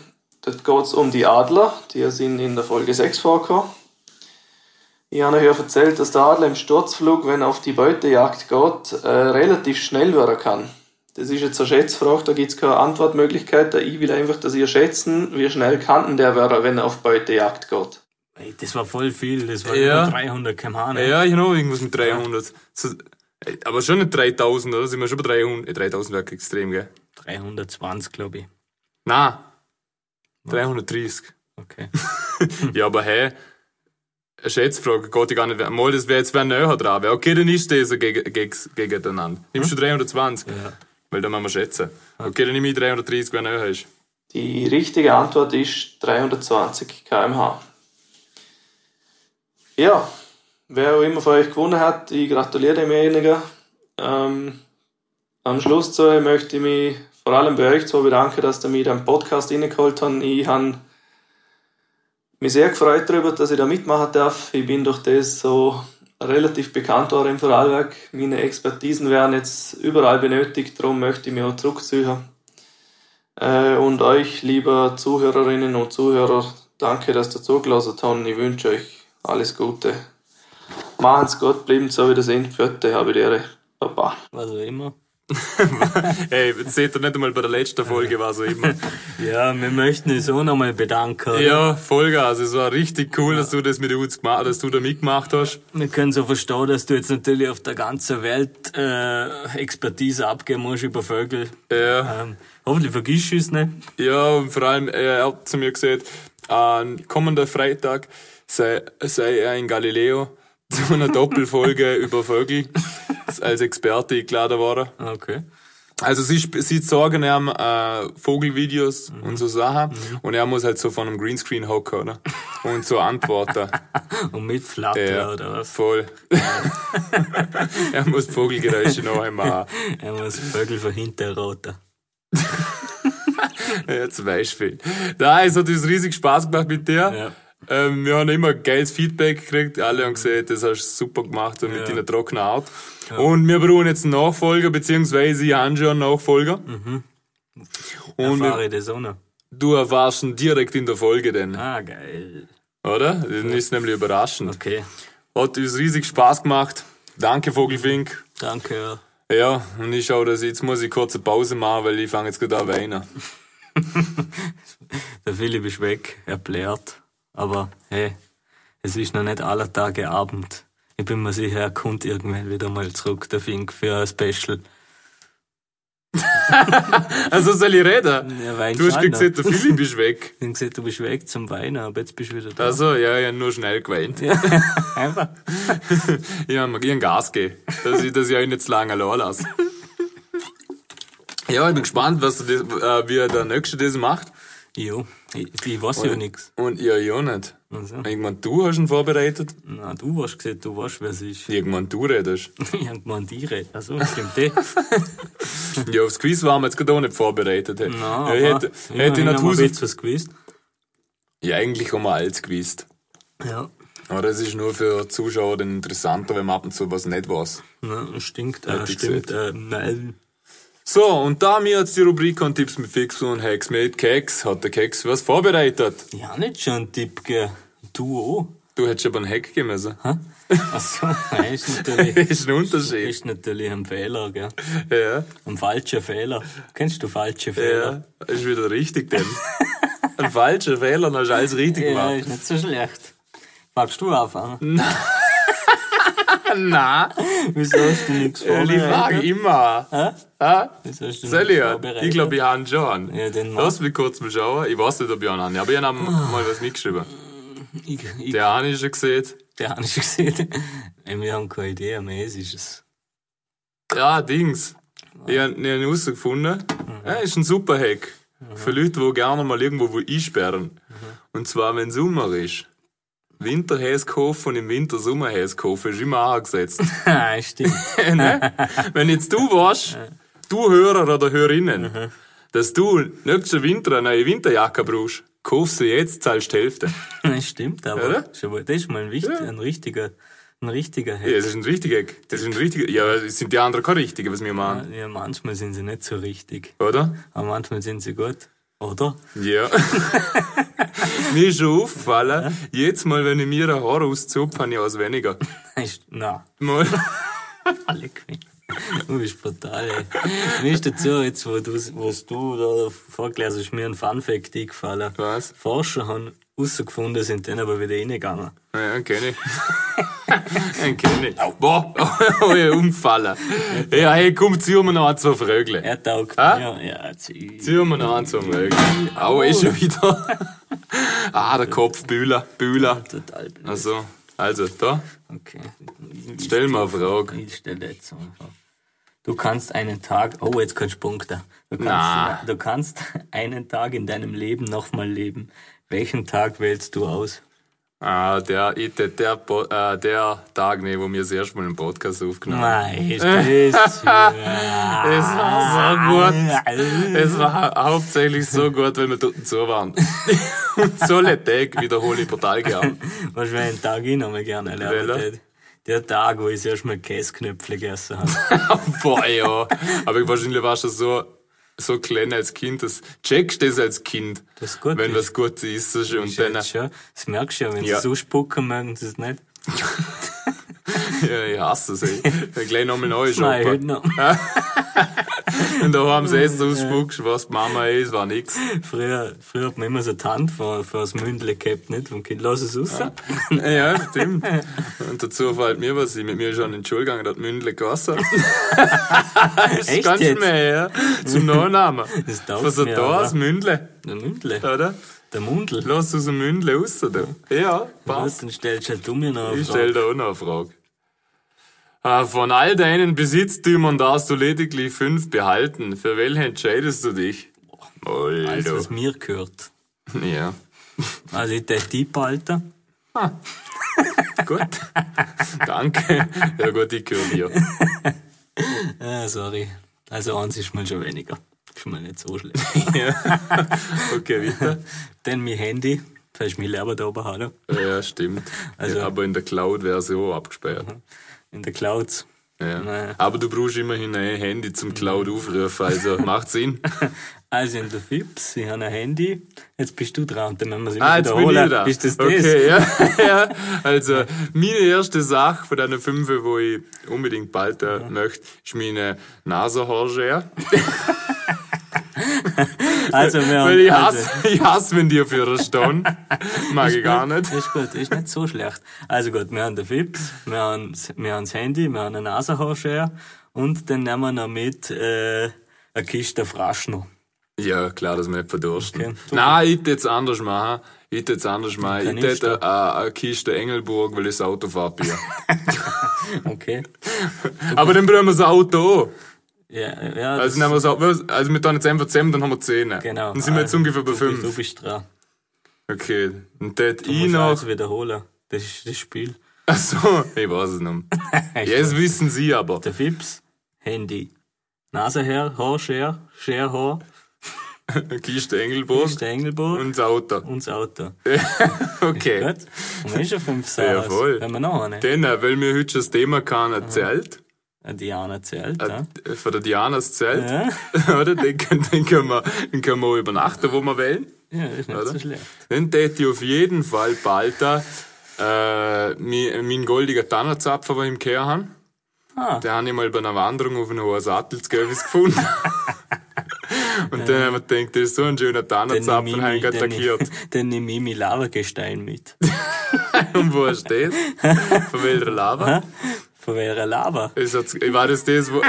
Speaker 5: Dort geht es um die Adler, die sind in der Folge 6 vorgekommen. Ich habe euch ja erzählt, dass der Adler im Sturzflug, wenn er auf die Beutejagd geht, äh, relativ schnell werden kann. Das ist jetzt eine Schätzfrage, da gibt es keine Antwortmöglichkeit. Ich will einfach, dass ihr schätzen, wie schnell kann denn der werden, wenn er auf Beutejagd geht.
Speaker 4: Ey, das war voll viel, das war
Speaker 3: Ja.
Speaker 4: über 300 km/h. ne?
Speaker 3: Ja, genau, irgendwas mit 300. So, äh, aber schon nicht 3000, oder? Sind wir schon bei 300? Äh, 3000 wäre extrem, gell?
Speaker 4: 320, glaube ich.
Speaker 3: Nein. 330.
Speaker 4: Okay.
Speaker 3: Ja, aber hey, eine Schätzfrage geht ja gar nicht. Mal, das wäre jetzt wer näher dran. wär. Okay, dann ist das ein Geg- Gegs- gegeneinander. Nimmst du 320?
Speaker 4: Ja.
Speaker 3: Weil dann müssen wir schätzen. Okay, dann nehme ich 330, wer näher ist.
Speaker 5: Die richtige Antwort ist 320 km/h. Ja, wer auch immer von euch gewonnen hat, ich gratuliere demjenigen. Ähm, am Schluss so möchte ich mich vor allem bei euch so bedanken, dass ihr mich in den Podcast reingeholt habt. Ich habe mich sehr gefreut darüber, dass ich da mitmachen darf. Ich bin durch das so relativ bekannt worden im Vorarlberg. Meine Expertisen werden jetzt überall benötigt, darum möchte ich mich auch zurückziehen. Äh, und euch, lieber Zuhörerinnen und Zuhörer, danke, dass ihr zugelassen habt. Ich wünsche euch alles Gute. Machen's gut, bleiben so wie das sind. Vierte, habe die Ehre. Baba.
Speaker 4: Was auch immer.
Speaker 3: Hey, jetzt seht ihr nicht einmal bei der letzten Folge, war so immer.
Speaker 4: Ja, wir möchten uns auch nochmal bedanken. oder?
Speaker 3: Ja, Vollgas, es war richtig cool, dass du das mit uns gemacht dass du da mitgemacht hast.
Speaker 4: Wir können so verstehen, dass du jetzt natürlich auf der ganzen Welt äh, Expertise abgeben musst über Vögel.
Speaker 3: Ja.
Speaker 4: Ähm, hoffentlich vergisst du es ne? nicht.
Speaker 3: Ja, und vor allem, äh, er hat zu mir gesagt, am kommenden Freitag sei, sei er in Galileo zu einer Doppelfolge über Vögel als Experte eingeladen worden.
Speaker 4: Okay.
Speaker 3: Also sie, sp- sie zeigen ihm äh, Vogelvideos
Speaker 4: Mhm.
Speaker 3: und so Sachen und er muss halt so von einem Greenscreen hocken, oder? Und so antworten.
Speaker 4: Und mit Flatter
Speaker 3: Ja.
Speaker 4: oder was?
Speaker 3: Voll. er muss Vogelgeräusche noch einmal.
Speaker 4: Er muss Vögel von hinten roten.
Speaker 3: Ja, zum Beispiel. Nein, es hat uns riesig Spaß gemacht mit dir.
Speaker 4: Ja.
Speaker 3: Ähm, wir haben immer geiles Feedback gekriegt. Alle haben gesagt, das hast du super gemacht und mit deiner trockenen Art. Und wir brauchen jetzt einen Nachfolger, beziehungsweise ich habe schon einen Nachfolger.
Speaker 4: Mhm.
Speaker 3: Und
Speaker 4: Fahre
Speaker 3: wir,
Speaker 4: ich das auch noch.
Speaker 3: du erfahrst ihn direkt in der Folge dann,
Speaker 4: Ah, geil.
Speaker 3: oder? Das ist nämlich überraschend.
Speaker 4: Okay,
Speaker 3: Hat uns riesig Spaß gemacht. Danke, Vogelfink.
Speaker 4: danke.
Speaker 3: Ja, und ich schaue, dass ich, jetzt muss ich kurze Pause machen, weil ich fange jetzt gerade an zu weinen.
Speaker 4: Der Philipp ist weg, er blärt. Aber hey, es ist noch nicht aller Tage Abend. Ich bin mir sicher, er kommt irgendwann wieder mal zurück, der Fink, für ein Special.
Speaker 3: Also soll ich reden?
Speaker 4: Er weint
Speaker 3: Du hast
Speaker 4: schon noch.
Speaker 3: gesagt, der Philipp ist weg.
Speaker 4: Ich hab gesagt, du bist weg zum Weinen, aber jetzt bist du wieder da.
Speaker 3: Also, ja, ich habe nur schnell geweint.
Speaker 4: Einfach.
Speaker 3: Ich habe mir gern Gas gegeben, dass ich das ja nicht zu lange allein lasse. Ja, ich bin gespannt, was das, äh, wie der Nächste das macht.
Speaker 4: Jo, ich, ich weiß ja nix.
Speaker 3: Und ja, ja nicht.
Speaker 4: Also,
Speaker 3: Irgendwann du hast ihn vorbereitet,
Speaker 4: na, du hast gesagt, du weißt, wer es ist.
Speaker 3: irgendwann du redest.
Speaker 4: Ich hab gemeint, ich rede. Also, stimmt eh.
Speaker 3: Ja, aufs Quiz waren wir jetzt gerade auch nicht vorbereitet. Hey.
Speaker 4: Na,
Speaker 3: ja, ich hätte, hätte ich
Speaker 4: immerhin
Speaker 3: nicht
Speaker 4: haben wir
Speaker 3: Hus
Speaker 4: jetzt was gewusst.
Speaker 3: Ja, eigentlich haben wir alles gewusst.
Speaker 4: Ja,
Speaker 3: Aber es ist nur für Zuschauer dann interessanter, wenn man ab und zu was nicht weiß.
Speaker 4: na, stinkt, äh,
Speaker 3: Hätte ich
Speaker 4: stimmt, äh, nein.
Speaker 3: So, und da mir jetzt die Rubrik an Tipps mit Fix und Hex mit Keks, hat der Keks was vorbereitet.
Speaker 4: Ich hab nicht schon einen Tipp gegeben. Du auch.
Speaker 3: Du hättest aber einen Hack geben müssen.
Speaker 4: Also, nein, ist
Speaker 3: Das
Speaker 4: natürlich,
Speaker 3: ist ein Unterschied.
Speaker 4: ist natürlich ein Fehler, gell.
Speaker 3: Ja,
Speaker 4: Ein falscher Fehler. Kennst du falsche Fehler?
Speaker 3: ja. Ist wieder richtig, denn. Genau. Ein falscher Fehler, dann hast du alles richtig
Speaker 4: Ja,
Speaker 3: gemacht.
Speaker 4: ist nicht so schlecht. Magst du anfangen?
Speaker 3: Na,
Speaker 4: Wieso hast du nichts
Speaker 3: ehrlich Frage,
Speaker 4: vorbereitet?
Speaker 3: immer. Hä?
Speaker 4: Wieso hast du
Speaker 3: Soll
Speaker 4: nichts
Speaker 3: ich ja?
Speaker 4: vorbereitet?
Speaker 3: Ich glaube, ich habe einen schon.
Speaker 4: Ja, den mach.
Speaker 3: Lass mich kurz mal schauen. Ich weiß nicht, ob ich einen habe, aber ich habe mal was mitgeschrieben.
Speaker 4: ich, ich
Speaker 3: Der eine ist schon gesehen.
Speaker 4: Der habe ich schon gesehen. Ey, Wir haben keine Idee, mehr es ist es.
Speaker 3: Ja, Dings. Ich habe ihn herausgefunden. Ja, ist ein super Hack. Für Leute, die gerne mal irgendwo wo einsperren. Und zwar, wenn Sommer ist. Winterhäs kaufen und im Winter Sommerhäs kaufen ist immer angesetzt.
Speaker 4: Ah, stimmt.
Speaker 3: Wenn jetzt du warst, du Hörer oder Hörerinnen, dass du nächsten Winter eine neue Winterjacke brauchst, kauf sie jetzt, zahlst die Hälfte.
Speaker 4: Das stimmt, aber
Speaker 3: Oder?
Speaker 4: schon mal- das ist mal ein, wichtig, ein richtiger, ein richtiger
Speaker 3: Ja,
Speaker 4: Hack.
Speaker 3: das ist ein richtiger Eck. Das ist ein richtiger. Ja, aber es sind die anderen keine richtigen, was wir machen,
Speaker 4: Ja, manchmal sind sie nicht so richtig,
Speaker 3: oder?
Speaker 4: aber manchmal sind sie gut. Oder?
Speaker 3: Ja. mir ist schon aufgefallen, jetzt mal, wenn ich mir ein Haar auszupfe, habe ich alles weniger.
Speaker 4: Ist- Na,
Speaker 3: Mal.
Speaker 4: alle gewinnen. Du bist brutal, ey. Mir ist dazu, jetzt, wo du, was du da vorgelesen hast, ist mir ein Funfact eingefallen.
Speaker 3: Was?
Speaker 4: Forscher haben rausgefunden, sind dann aber wieder reingegangen.
Speaker 3: Ja, kenne ich. Den kenne ich. Boah, oh, ja, umfallen. Ja, hey, komm, zieh mir noch ein, zwei Frögle.
Speaker 4: Er taugt
Speaker 3: Ah?
Speaker 4: mir. Ja, zieh.
Speaker 3: Zieh mir noch ein, zwei Frögle. Au, eh schon wieder. ah, der Kopf, Bühler, Bühler.
Speaker 4: Total blöd.
Speaker 3: Also, also, da,
Speaker 4: Okay.
Speaker 3: stell mir eine Frage.
Speaker 4: Ich stelle jetzt einfach. Du kannst einen Tag, oh, jetzt kannst du Punkte. Du kannst,
Speaker 3: Na.
Speaker 4: du kannst einen Tag in deinem Leben nochmal leben. Welchen Tag wählst du aus?
Speaker 3: Ah, der, ich, der, der, Po- äh, der Tag, nee, wo wir das erste Mal einen Podcast aufgenommen haben.
Speaker 4: Nein, ist das.
Speaker 3: Es war so gut. Es war hauptsächlich so gut, weil wir dort zu waren. Und so ein Tag wiederhole ich brutal gern.
Speaker 4: Was für einen Tag ich nochmal gerne erlebt
Speaker 3: Welcher?
Speaker 4: hätte. Der Tag, wo ich das erste Mal Käseknöpfle gegessen habe.
Speaker 3: Boah, ja. Aber wahrscheinlich warst du so so klein als Kind, das checkst das als Kind,
Speaker 4: Das ist gut.
Speaker 3: wenn was Gutes ist. ist Und
Speaker 4: Schön,
Speaker 3: dann, äh,
Speaker 4: schau. Das merkst du ja, wenn
Speaker 3: Ja.
Speaker 4: sie so spucken, mögen sie es nicht.
Speaker 3: ja, ich hasse es, ey. Dann gleich nochmal neu
Speaker 4: Nein,
Speaker 3: schauen.
Speaker 4: heute noch.
Speaker 3: Und da haben sie erst ausspuckst, was die Mama ist, war nix.
Speaker 4: Früher, früher hat man immer so die Hand vor, vor das Mündle gehabt, nicht? Vom Kind, lass es raus.
Speaker 3: Ja, stimmt. Und dazu fällt mir was, ich mit mir schon in die Schule gegangen, da hat Mündle geheißen.
Speaker 4: Echt
Speaker 3: Kannst du
Speaker 4: jetzt?
Speaker 3: mehr, ja? Zum Nachnamen.
Speaker 4: Das taugt
Speaker 3: Was er
Speaker 4: mir,
Speaker 3: da
Speaker 4: aber.
Speaker 3: ist, Mündle,
Speaker 4: Der Mündle.
Speaker 3: oder?
Speaker 4: Der Mundel.
Speaker 3: Lass aus dem Mündle raus, oder? Ja, passt.
Speaker 4: Was? Dann stellst halt du mir noch eine
Speaker 3: Ich
Speaker 4: Frage.
Speaker 3: stelle da auch noch eine Frage. Äh, Von all deinen Besitztümern darfst du lediglich fünf behalten. Für welche entscheidest du dich?
Speaker 4: Alles,
Speaker 3: Alter.
Speaker 4: was mir gehört.
Speaker 3: Ja.
Speaker 4: Also ich der Typ, Alter.
Speaker 3: Gut. Danke. Ja gut, ich gehöre dir.
Speaker 4: Ah, sorry. Also eins ist mal schon weniger. Ist mir nicht so schlecht.
Speaker 3: Okay, weiter.
Speaker 4: Dann mein Handy. Das ist mein Lehrer da oben, hallo.
Speaker 3: Ja, stimmt.
Speaker 4: Also- Mhm.
Speaker 3: ja, aber in der Cloud wäre sie auch abgesperrt.
Speaker 4: In der Cloud.
Speaker 3: Ja.
Speaker 4: Naja.
Speaker 3: Aber du brauchst immerhin ein Handy zum Cloud
Speaker 4: Mhm.
Speaker 3: aufrufen, also macht Sinn.
Speaker 4: Also in der FIPS, ich habe ein Handy. Jetzt bist du dran und dann müssen wir es immer
Speaker 3: Ah, jetzt bin ich da.
Speaker 4: Ist das das?
Speaker 3: okay, Ja, ja. Also, meine erste Sache von diesen fünf, die ich unbedingt behalten
Speaker 4: Mhm.
Speaker 3: möchte, ist meine Nasenhaarschere.
Speaker 4: Also wir haben...
Speaker 3: Weil ich
Speaker 4: also,
Speaker 3: hasse, ich hasse, wenn die für einen stehen. Mag ich gar nicht.
Speaker 4: Ist gut, ist nicht so schlecht. Also gut, wir haben den Fips, wir haben, wir haben das Handy, wir haben eine Nasenhaarschere und dann nehmen wir noch mit äh, eine Kiste Fraschno.
Speaker 3: Ja, klar, dass wir nicht verdursten.
Speaker 4: Okay.
Speaker 3: Nein, ich hätte jetzt anders machen. Ich hätte jetzt anders machen.
Speaker 4: Kein
Speaker 3: Ich hätte
Speaker 4: Impfstoff.
Speaker 3: eine, eine Kiste Engelburg, weil ich das Auto fahre.
Speaker 4: Okay.
Speaker 3: Aber dann brauchen wir das Auto auch.
Speaker 4: Ja, ja, das-
Speaker 3: Also, nehmen wir das Auto, also wir tun jetzt einfach zusammen, dann haben wir zehn.
Speaker 4: genau.
Speaker 3: Dann sind wir jetzt ungefähr
Speaker 4: du,
Speaker 3: bei
Speaker 4: bist- Du
Speaker 3: fünf.
Speaker 4: bist dran.
Speaker 3: Okay. Und dann hätte
Speaker 4: Du
Speaker 3: ich
Speaker 4: musst
Speaker 3: noch...
Speaker 4: alles wiederholen. Das ist das Spiel.
Speaker 3: Ach so, ich weiß es nicht. mehr.
Speaker 4: Echt?
Speaker 3: Jetzt wissen Sie aber.
Speaker 4: Der Fips, Handy. Nasenhaar, Haarschere, Scherhaar,
Speaker 3: Kiste Engelbrust
Speaker 4: Kiste Engelburg
Speaker 3: und
Speaker 4: und,
Speaker 3: das Auto.
Speaker 4: das Auto.
Speaker 3: Okay.
Speaker 4: Gut? Und wenn schon fünf Sachen.
Speaker 3: Ja, voll.
Speaker 4: Wenn wir ne? noch eine.
Speaker 3: Denn, äh, weil mir heute schon das Thema kann,
Speaker 4: Ah.
Speaker 3: erzählt,
Speaker 4: Eine Äh, Diana zählt, ja.
Speaker 3: äh, von der Diana das Zelt,
Speaker 4: Ja,
Speaker 3: oder? Den, können- den, können wir, den können wir auch übernachten, wo wir wollen.
Speaker 4: ja ist nicht
Speaker 3: Oder?
Speaker 4: so schlecht.
Speaker 3: Dann täte ich auf jeden Fall bald da, äh, mein, mein goldiger Tannerzapfer, den ich im Kehr habe.
Speaker 4: Ah.
Speaker 3: Den habe ich mal bei einer Wanderung auf einem hohen Sattelservice gefunden. Und dann haben wir gedacht, das ist so ein schöner Tannerzapfer, den habe ich gerade lackiert.
Speaker 4: dann nimm ich mein Lavagestein mit.
Speaker 3: Und wo hast du das? Von welcher Lava?
Speaker 4: Von welcher Lava?
Speaker 3: Ist das, war das das, wo...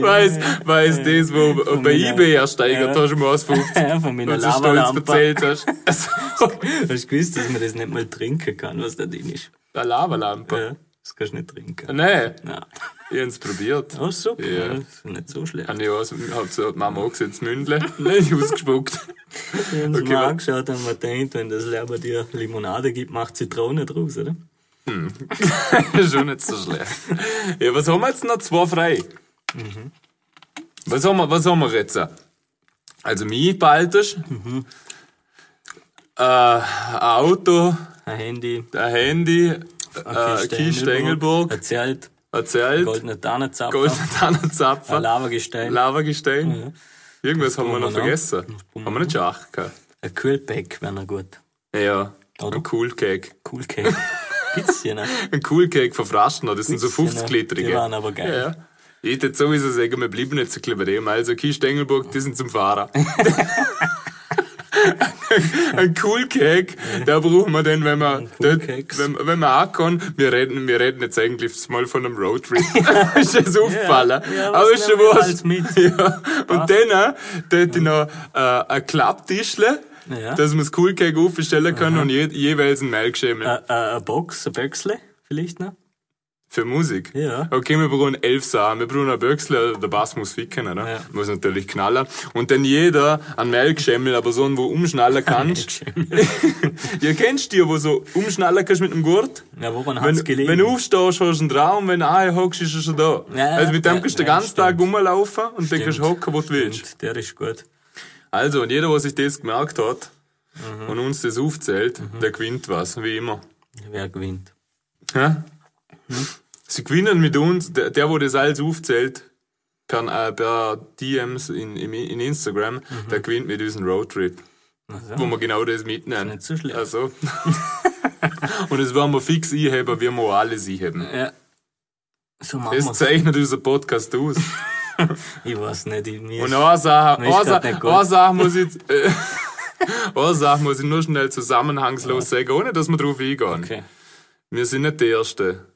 Speaker 3: Weiß, weiß das, wo bei
Speaker 4: meiner-
Speaker 3: eBay ersteigert
Speaker 4: Ja.
Speaker 3: hast, mal aus 50,
Speaker 4: Ja, von meiner
Speaker 3: was du stolz
Speaker 4: Lavalampe.
Speaker 3: erzählt hast. Also,
Speaker 4: Hast du gewusst, dass man das nicht mal trinken kann, was da drin ist?
Speaker 3: eine Lavalampe.
Speaker 4: Ja, das kannst du nicht trinken.
Speaker 3: Nein,
Speaker 4: Nein.
Speaker 3: ich hab's probiert.
Speaker 4: Oh, super.
Speaker 3: Ja.
Speaker 4: Ja. Das ist nicht so schlecht.
Speaker 3: Habe ich auch, so- hab so die Mama angesetzt, Mündle, nicht ausgespuckt.
Speaker 4: Wir haben uns
Speaker 3: Okay,
Speaker 4: mal
Speaker 3: wa-
Speaker 4: angeschaut und man denkt, wenn das Lehrer dir Limonade gibt, macht Zitrone draus, oder?
Speaker 3: Schon nicht so schlecht. Mhm. Ja, was haben wir jetzt noch? Zwei frei. Was, haben wir, was haben wir jetzt? Also, mich behaltest. Äh, ein Auto,
Speaker 4: Ein Handy,
Speaker 3: ein Handy,
Speaker 4: eine
Speaker 3: äh, Kiste Engelburg,
Speaker 4: ein Zelt,
Speaker 3: ein Zelt,
Speaker 4: goldene Tannenzapfer,
Speaker 3: goldene
Speaker 4: ein
Speaker 3: Tannenzapfer,
Speaker 4: Lavagestein,
Speaker 3: Lavagestein. Irgendwas haben
Speaker 4: brauchen
Speaker 3: wir Mhm. noch
Speaker 4: wir noch.
Speaker 3: vergessen. Haben wir nicht schon acht gehabt?
Speaker 4: ein Kühlpack wäre noch gut.
Speaker 3: Ja,
Speaker 4: Oder?
Speaker 3: ein Cool Cake.
Speaker 4: Cool Cake. Gibt's hier noch?
Speaker 3: Ein Cool Cake von Fraschner, das sind so
Speaker 4: Gibt's hier noch?
Speaker 3: 50
Speaker 4: Die
Speaker 3: litrige
Speaker 4: waren aber geil.
Speaker 3: Ja. Ich hätte jetzt sowieso sagen, wir bleiben nicht so kleben. Also Kiste Engelburg, die sind zum Fahrer. ein Cool Cake, da brauchen wir den, wenn wir,
Speaker 4: Cool
Speaker 3: dort-
Speaker 4: Cakes.
Speaker 3: wenn, wenn wir ankommen, wir reden, wir reden jetzt eigentlich mal von einem Roadtrip. ist das aufgefallen?
Speaker 4: Ja, was
Speaker 3: Aber ist schon
Speaker 4: nehmen wir
Speaker 3: wurscht.
Speaker 4: alles mit?
Speaker 3: Ja. Und dann, äh, dort noch, äh, ein Klapptischle,
Speaker 4: Ja.
Speaker 3: dass wir das Cool Cake aufstellen können und je, jeweils ein Melkschemel.
Speaker 4: Äh, äh, eine Box, ein Böxle vielleicht noch?
Speaker 3: Für Musik?
Speaker 4: Ja.
Speaker 3: Okay, wir brauchen elf Sachen. Wir brauchen ein Böxler, der Bass muss ficken, oder?
Speaker 4: Ja.
Speaker 3: Muss natürlich knallen. Und dann jeder ein Melkschemmel, aber so einen, wo umschnallen kannst. Ihr kennst die, wo so umschnallen kannst mit dem Gurt?
Speaker 4: Ja, woran
Speaker 3: Wenn,
Speaker 4: hat's gelegen?
Speaker 3: wenn du aufstehst, hast du einen Traum, wenn du anhockst, ist er schon da.
Speaker 4: Ja,
Speaker 3: also mit dem
Speaker 4: ja,
Speaker 3: kannst du den
Speaker 4: ja,
Speaker 3: ganzen
Speaker 4: stimmt.
Speaker 3: Tag rumlaufen und dann kannst du
Speaker 4: Stimmt.
Speaker 3: hocken, wo du willst.
Speaker 4: Stimmt, Der ist gut.
Speaker 3: Also, und jeder, der sich das gemerkt hat
Speaker 4: Mhm.
Speaker 3: und uns das aufzählt, der gewinnt was, wie immer.
Speaker 4: Wer gewinnt?
Speaker 3: Ja? Hm. Sie gewinnen mit uns, der, der wo das alles aufzählt, per, äh, per DMs in, im- in Instagram,
Speaker 4: Mhm.
Speaker 3: der gewinnt mit diesem Roadtrip. Wo wir genau das mitnehmen.
Speaker 4: nicht so schlecht.
Speaker 3: Also. Und das werden wir fix einheben, wie wir alles einheben.
Speaker 4: Ja. So machen
Speaker 3: Das
Speaker 4: wir's.
Speaker 3: zeichnet unser Podcast aus.
Speaker 4: Ich weiß nicht, ich mir
Speaker 3: Und
Speaker 4: ist-
Speaker 3: eine Sache,
Speaker 4: Mir ist
Speaker 3: eine
Speaker 4: grad nicht
Speaker 3: Sache,
Speaker 4: gut.
Speaker 3: eine Sache muss ich jetzt, äh, eine Sache muss ich nur schnell zusammenhangslos sagen, ohne dass wir drauf eingehen.
Speaker 4: Okay.
Speaker 3: Wir sind nicht der erste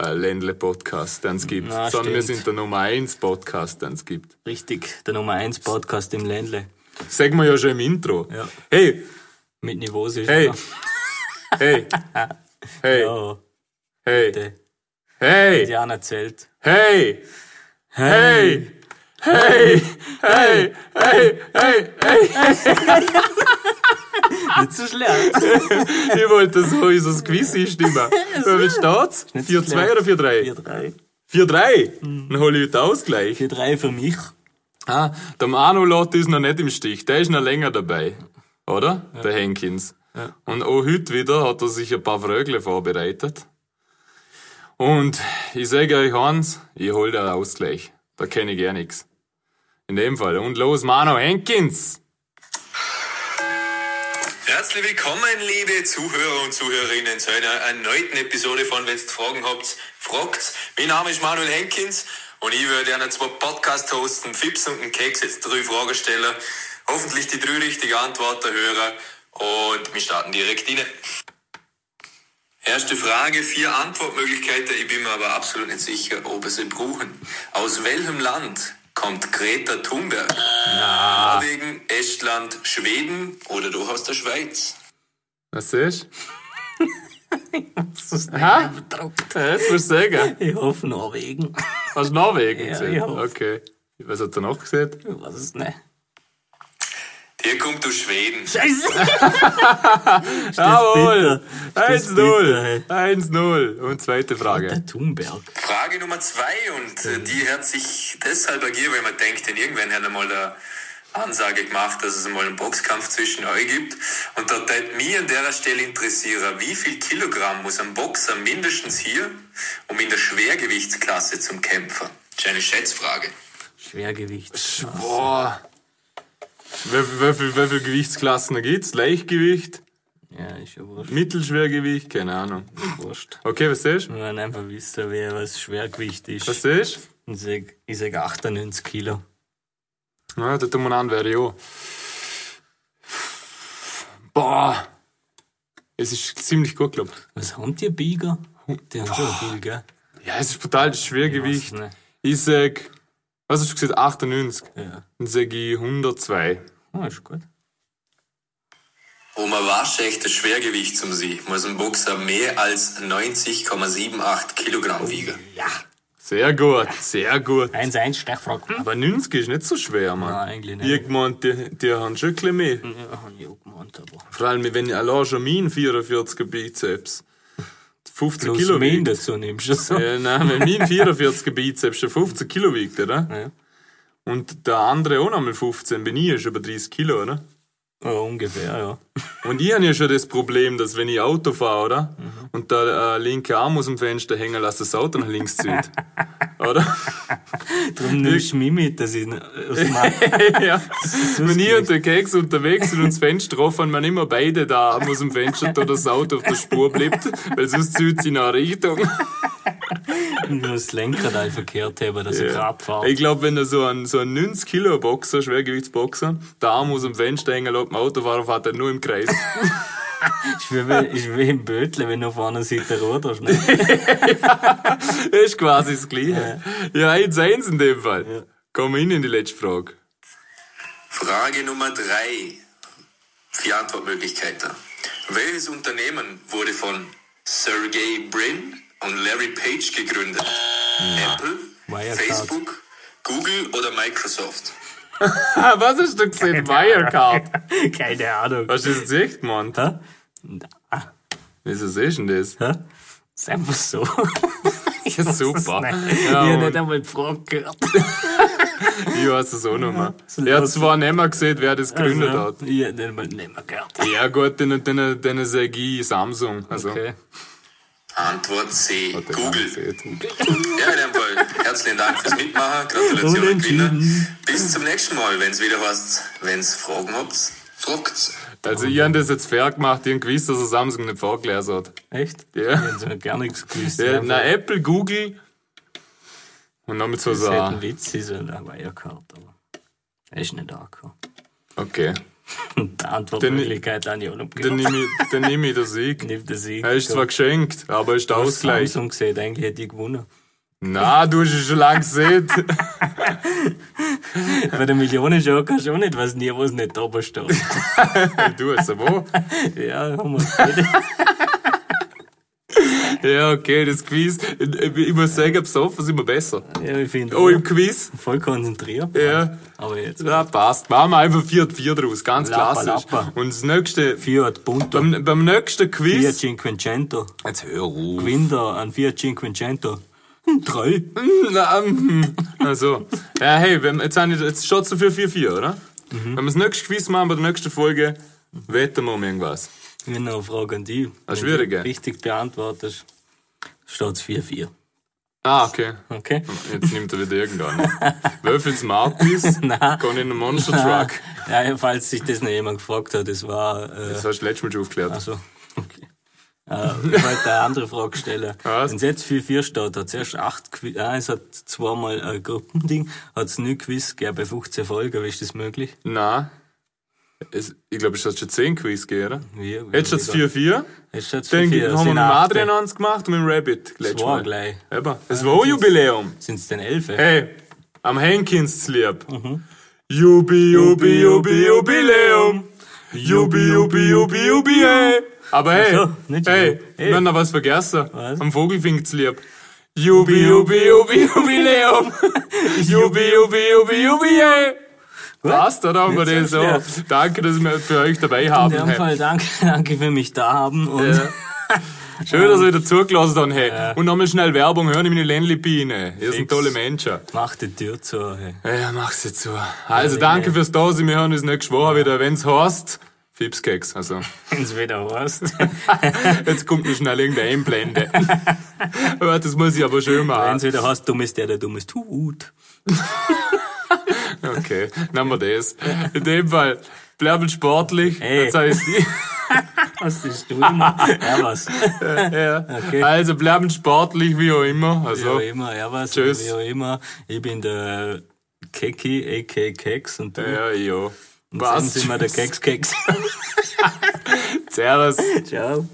Speaker 3: äh, Ländle-Podcast, den es gibt,
Speaker 4: Na,
Speaker 3: sondern wir
Speaker 4: stimmt.
Speaker 3: sind der Nummer 1 Podcast, den es gibt.
Speaker 4: Richtig, der Nummer 1 Podcast im Ländle.
Speaker 3: Sagen wir ja schon im Intro.
Speaker 4: Ja.
Speaker 3: Hey,
Speaker 4: Mit Niveaus ist
Speaker 3: hey, hey, hey,
Speaker 4: Ja,
Speaker 3: hey,
Speaker 4: der
Speaker 3: hey,
Speaker 4: Diana zählt.
Speaker 3: hey, hey, hey, hey, hey, hey, hey.
Speaker 4: Nicht so schlecht.
Speaker 3: Ich wollte so unser Quiz einstimmen. Wie steht's?
Speaker 4: so
Speaker 3: 4-2
Speaker 4: schlecht.
Speaker 3: oder 4-3?
Speaker 4: 4-3.
Speaker 3: 4-3? Dann hole ich heute Ausgleich.
Speaker 4: 4-3 für mich.
Speaker 3: Ah, der Manu lässt uns noch nicht im Stich. Der ist noch länger dabei. Oder? Der Henkins. Und auch heute wieder hat er sich ein paar Frögle vorbereitet. Und ich sage euch eins, ich hole den Ausgleich. Da kenne ich gar nichts. In dem Fall. Und los, Manu Henkins!
Speaker 6: Herzlich willkommen, liebe Zuhörer und Zuhörerinnen, zu einer erneuten Episode von Wenn's Fragen habt, fragt. Mein Name ist Manuel Henkins und ich würde gerne zwei Podcast-Hosts, den Fips und den Keks, jetzt drei Fragen stellen. Hoffentlich die drei richtige Antwort der Hörer und wir starten direkt rein. Erste Frage, vier Antwortmöglichkeiten. Ich bin mir aber absolut nicht sicher, ob wir sie brauchen. Aus welchem Land kommt Greta Thunberg? Norwegen, Estland, Schweden oder du aus der Schweiz?
Speaker 3: Was siehst du? Ha? Jetzt musst du sagen.
Speaker 4: Ich hoffe Norwegen.
Speaker 3: Hast du Norwegen
Speaker 4: Ja,
Speaker 3: gesehen?
Speaker 4: ich hoffe.
Speaker 3: okay. Was hat er noch gesehen?
Speaker 4: Ich weiß es nicht.
Speaker 6: Hier kommt aus Schweden.
Speaker 3: Jawohl!
Speaker 4: Das ist
Speaker 3: 1-0! 1-0! Und zweite Frage.
Speaker 4: Der Thunberg.
Speaker 6: Frage Nummer zwei und äh, die hat sich deshalb ergeben, weil man denkt, denn irgendwann hat er mal eine Ansage gemacht, dass es mal einen Boxkampf zwischen euch gibt. Und da tät mich an der Stelle interessieren, wie viel Kilogramm muss ein Boxer mindestens hier, um in der Schwergewichtsklasse zum Kämpfer? Das ist eine Schätzfrage.
Speaker 4: Schwergewicht.
Speaker 3: Boah! Wie, wie, viel, wie viel Gewichtsklassen gibt's? Leichtgewicht,
Speaker 4: Ja, ist ja wurscht.
Speaker 3: Mittelschwergewicht, keine Ahnung.
Speaker 4: wurscht.
Speaker 3: Okay, was siehst du?
Speaker 4: Wir wollen einfach wissen, wer was Schwergewicht ist.
Speaker 3: Was siehst du?
Speaker 4: Ich sag, ich sag 98 Kilo.
Speaker 3: Ja, da tun wir an, wäre ja. Boah! Es ist ziemlich gut, glaub ich.
Speaker 4: Was haben die Bieger? Die haben so viel, gell?
Speaker 3: Ja, es ist brutal das
Speaker 4: Ich
Speaker 3: Schwergewicht.
Speaker 4: weiß nicht.
Speaker 3: Ich sag, was hast du gesagt? 98.
Speaker 4: Ja.
Speaker 3: Dann sag ich 102.
Speaker 4: Ah, ist gut.
Speaker 6: Um ein wahrscheinliches Schwergewicht zum Sieg muss ein Boxer mehr als 90,78 Kilogramm wiegen.
Speaker 3: Sehr gut, sehr gut.
Speaker 4: 1-1, Stechfrage. Hm?
Speaker 3: Aber 90 ist nicht so schwer, Mann.
Speaker 4: Nein, eigentlich nicht. Mhm.
Speaker 3: Ich gemeint, die, die haben schon ein bisschen mehr.
Speaker 4: Ja, hab ich auch gemeint, aber.
Speaker 3: Vor allem, wenn ich allein schon meinen 44er Bizeps 15
Speaker 4: Plus
Speaker 3: Kilo
Speaker 4: Min
Speaker 3: wiegt.
Speaker 4: dazu nimmst du Also, so.
Speaker 3: Äh, nein, wenn mein 44er Bizeps schon 15 Kilo wiegt, oder?
Speaker 4: Ja.
Speaker 3: Und der andere auch nochmal 15, bin ich ja schon über 30 Kilo, oder?
Speaker 4: Ja, ungefähr, ja.
Speaker 3: Und ich habe ja schon das Problem, dass wenn ich Auto fahre, oder?
Speaker 4: Mhm.
Speaker 3: Und der äh, linke Arm aus dem Fenster hängen lasse, das Auto nach links zieht. oder?
Speaker 4: Darum nimmst du mich mit, dass ich aus dem
Speaker 3: ja. Wenn ich und der Keks unterwegs sind und das Fenster offen, man immer beide da haben aus dem Fenster, da das Auto auf der Spur bleibt, weil sonst zieht sie in eine Richtung.
Speaker 4: das Lenkrad halt verkehrt habe, dass ich gerade fahre.
Speaker 3: Ich glaube, wenn er so ein, so ein 90 Kilo Boxer, Schwergewichtsboxer, der Arm aus dem Fenster hängen lässt, dem Autofahrer fährt er nur im Kreis.
Speaker 4: Ist wie, wenn- ist wie im Bötle, wenn du auf einer Seite rot hast. ne?
Speaker 3: das ist quasi das Gleiche. Ja, jetzt eins in dem Fall. Komm hin in die letzte Frage.
Speaker 6: Frage Nummer drei. Vier Antwortmöglichkeiten. Welches Unternehmen wurde von Sergey Brin und Larry Page gegründet?
Speaker 3: Hm.
Speaker 6: Apple,
Speaker 4: Wirecard.
Speaker 6: Facebook, Google oder Microsoft?
Speaker 3: Ah, was hast du gesehen? Wirecard.
Speaker 4: Keine Ahnung.
Speaker 3: Hast du das jetzt echt gemeint?
Speaker 4: Hä?
Speaker 3: ah. Wieso siehst du denn das?
Speaker 4: Hä? Ist einfach so. Ich
Speaker 3: Ja,
Speaker 4: weiß es
Speaker 3: super.
Speaker 4: nicht.
Speaker 3: Ja,
Speaker 4: ich
Speaker 3: und-
Speaker 4: habe nicht einmal die Frage gehört.
Speaker 3: Ich weiß es auch noch mal. Er hat zwar nicht mehr gesehen, wer das gegründet hat.
Speaker 4: Also, Ich habe nicht einmal nicht mehr gehört.
Speaker 3: Ja gut, dann, dann, dann sage ich Samsung. Also.
Speaker 4: Okay.
Speaker 6: Antwort C.
Speaker 3: Hat der Mann
Speaker 6: Google.
Speaker 3: gesehen.
Speaker 6: Ja, in dem Fall. Herzlichen Dank fürs Mitmachen. Gratulation an Gewinner. Bis zum nächsten Mal, wenn es wieder heißt, wenn es Fragen habt, fragt's.
Speaker 3: Also, ich habe das jetzt fair gemacht. Ich hab gewusst, dass er Samsung nicht vorgelesen hat.
Speaker 4: Echt?
Speaker 3: Ja.
Speaker 4: Wenn sie gar nichts gewusst
Speaker 3: Ja,
Speaker 4: hätten.
Speaker 3: na, Apple, Google. Und damit so
Speaker 4: Das hätte ein
Speaker 3: sagen.
Speaker 4: Witz ist und eine Wirecard, aber er ist nicht angekommen.
Speaker 3: Okay.
Speaker 4: Und die Antwortmöglichkeit habe ich auch noch
Speaker 3: Dann
Speaker 4: gehabt.
Speaker 3: nehme ich, dann nehm ich den Sieg.
Speaker 4: Nimm den Sieg.
Speaker 3: Er ist zwar geschenkt, aber ist der Ausgleich.
Speaker 4: Samsung gesehen, eigentlich hätte ich gewonnen.
Speaker 3: Na, du hast es schon lange gesehen.
Speaker 4: Bei der Millionenshow kannst du auch nicht, weiß nie, was nicht da steht.
Speaker 3: du hast wo?
Speaker 4: ja, haben wir.
Speaker 3: Ja, okay, das Quiz. Ich muss sagen, ab Sofa sind wir besser.
Speaker 4: Ja, ich finde,
Speaker 3: Oh, im Quiz?
Speaker 4: voll konzentriert.
Speaker 3: Ja.
Speaker 4: Aber jetzt.
Speaker 3: Ja, passt. Machen wir einfach 4-4 draus. Ganz
Speaker 4: Lappa,
Speaker 3: klassisch.
Speaker 4: lappa.
Speaker 3: Und das nächste.
Speaker 4: Fiat Punto.
Speaker 3: Beim, beim nächsten
Speaker 4: Fiat
Speaker 3: Quiz.
Speaker 4: Cinquecento.
Speaker 3: Jetzt hör auf.
Speaker 4: Winder an Fiat Cinquecento. Hm, Drei.
Speaker 3: Na, ähm, also, ja, hey, wenn, jetzt, habe ich, jetzt steht so für 4-4, oder?
Speaker 4: Mhm.
Speaker 3: Wenn wir das nächste Quiz machen bei der nächsten Folge, wetten wir um irgendwas.
Speaker 4: Ich habe noch eine Frage an dich.
Speaker 3: Eine
Speaker 4: Wenn
Speaker 3: schwierige.
Speaker 4: du Richtig beantwortest, steht es 4-4.
Speaker 3: Ah, okay.
Speaker 4: Okay?
Speaker 3: Jetzt nimmt er wieder irgendwann. Würfel's Martis,
Speaker 4: Nein.
Speaker 3: kann in einen Monster Truck.
Speaker 4: Ja, falls sich das noch jemand gefragt hat, das war. Äh,
Speaker 3: Das hast du letztes Mal schon aufgeklärt.
Speaker 4: also, okay. Äh, ich wollte eine andere Frage stellen.
Speaker 3: Was?
Speaker 4: Wenn es jetzt 4-4 steht, hat es erst 8 Quiz. Ah, es hat zweimal ein Gruppending, hat es nie Quiz gegeben bei 15 Folgen, wie ist das möglich?
Speaker 3: Nein. Es, ich glaube, es hat schon 10 Quiz gegeben, oder?
Speaker 4: Wie, wie,
Speaker 3: Jetzt steht's 4-4.
Speaker 4: Jetzt steht es
Speaker 3: Dann
Speaker 4: 4-4.
Speaker 3: haben wir
Speaker 4: sind
Speaker 3: mit
Speaker 4: achte.
Speaker 3: Adrian eins gemacht und mit dem Rabbit. letztes
Speaker 4: Zwei
Speaker 3: Mal.
Speaker 4: gleich.
Speaker 3: Eben. Es war auch Jubiläum.
Speaker 4: Sind es denn 11?
Speaker 3: Hey, am Henkins lieb. Jubi, Mhm. Jubi, Jubi, Jubiläum. Jubi, Jubi, Jubi, Jubi, hey. Aber hey,
Speaker 4: Ach so, nicht
Speaker 3: hey,
Speaker 4: Jubi. Hey.
Speaker 3: wir haben noch was vergessen.
Speaker 4: Was?
Speaker 3: Am Vogelfingt's lieb. Jubi, Jubi, Jubi, Jubiläum. Jubi, Jubi, Jubi, Jubi, hey. Passt, oder? Aber
Speaker 4: nicht
Speaker 3: das
Speaker 4: so
Speaker 3: so. Danke, dass wir für euch dabei haben.
Speaker 4: In dem
Speaker 3: hey.
Speaker 4: Fall danke, danke für mich da haben und
Speaker 3: Ja. Schön, dass ihr wieder zugelassen habt. Hey. Und nochmal schnell Werbung, hören meine Ländlibiene. Ihr sind
Speaker 4: Fix.
Speaker 3: tolle Menschen.
Speaker 4: mach die Tür zu. Hey.
Speaker 3: Ja, mach's jetzt so. Also danke fürs Dasein, wir hören uns nächste Woche wieder, wenn's heißt, Fipskeks, also.
Speaker 4: Wenn's wieder heißt.
Speaker 3: Jetzt kommt mir schnell irgendeine Einblende. Aber das muss ich aber schön
Speaker 4: Wenn's
Speaker 3: machen.
Speaker 4: wieder heißt, dumm ist der, der dumm ist tut.
Speaker 3: Okay, nehmen wir das. In dem Fall, bleiben sportlich.
Speaker 4: Hey.
Speaker 3: Jetzt heißt
Speaker 4: Was ist du immer? ja, was?
Speaker 3: ja.
Speaker 4: Okay.
Speaker 3: Also bleiben sportlich, wie auch immer.
Speaker 4: Wie auch
Speaker 3: Also,
Speaker 4: immer, ja, was?
Speaker 3: Tschüss.
Speaker 4: Wie auch immer. Ich bin der Keki, a.k. Keks und du.
Speaker 3: ja, ja.
Speaker 4: Dann
Speaker 3: Was?
Speaker 4: sind wir der Keks-Keks.
Speaker 3: Servus.
Speaker 4: Ciao.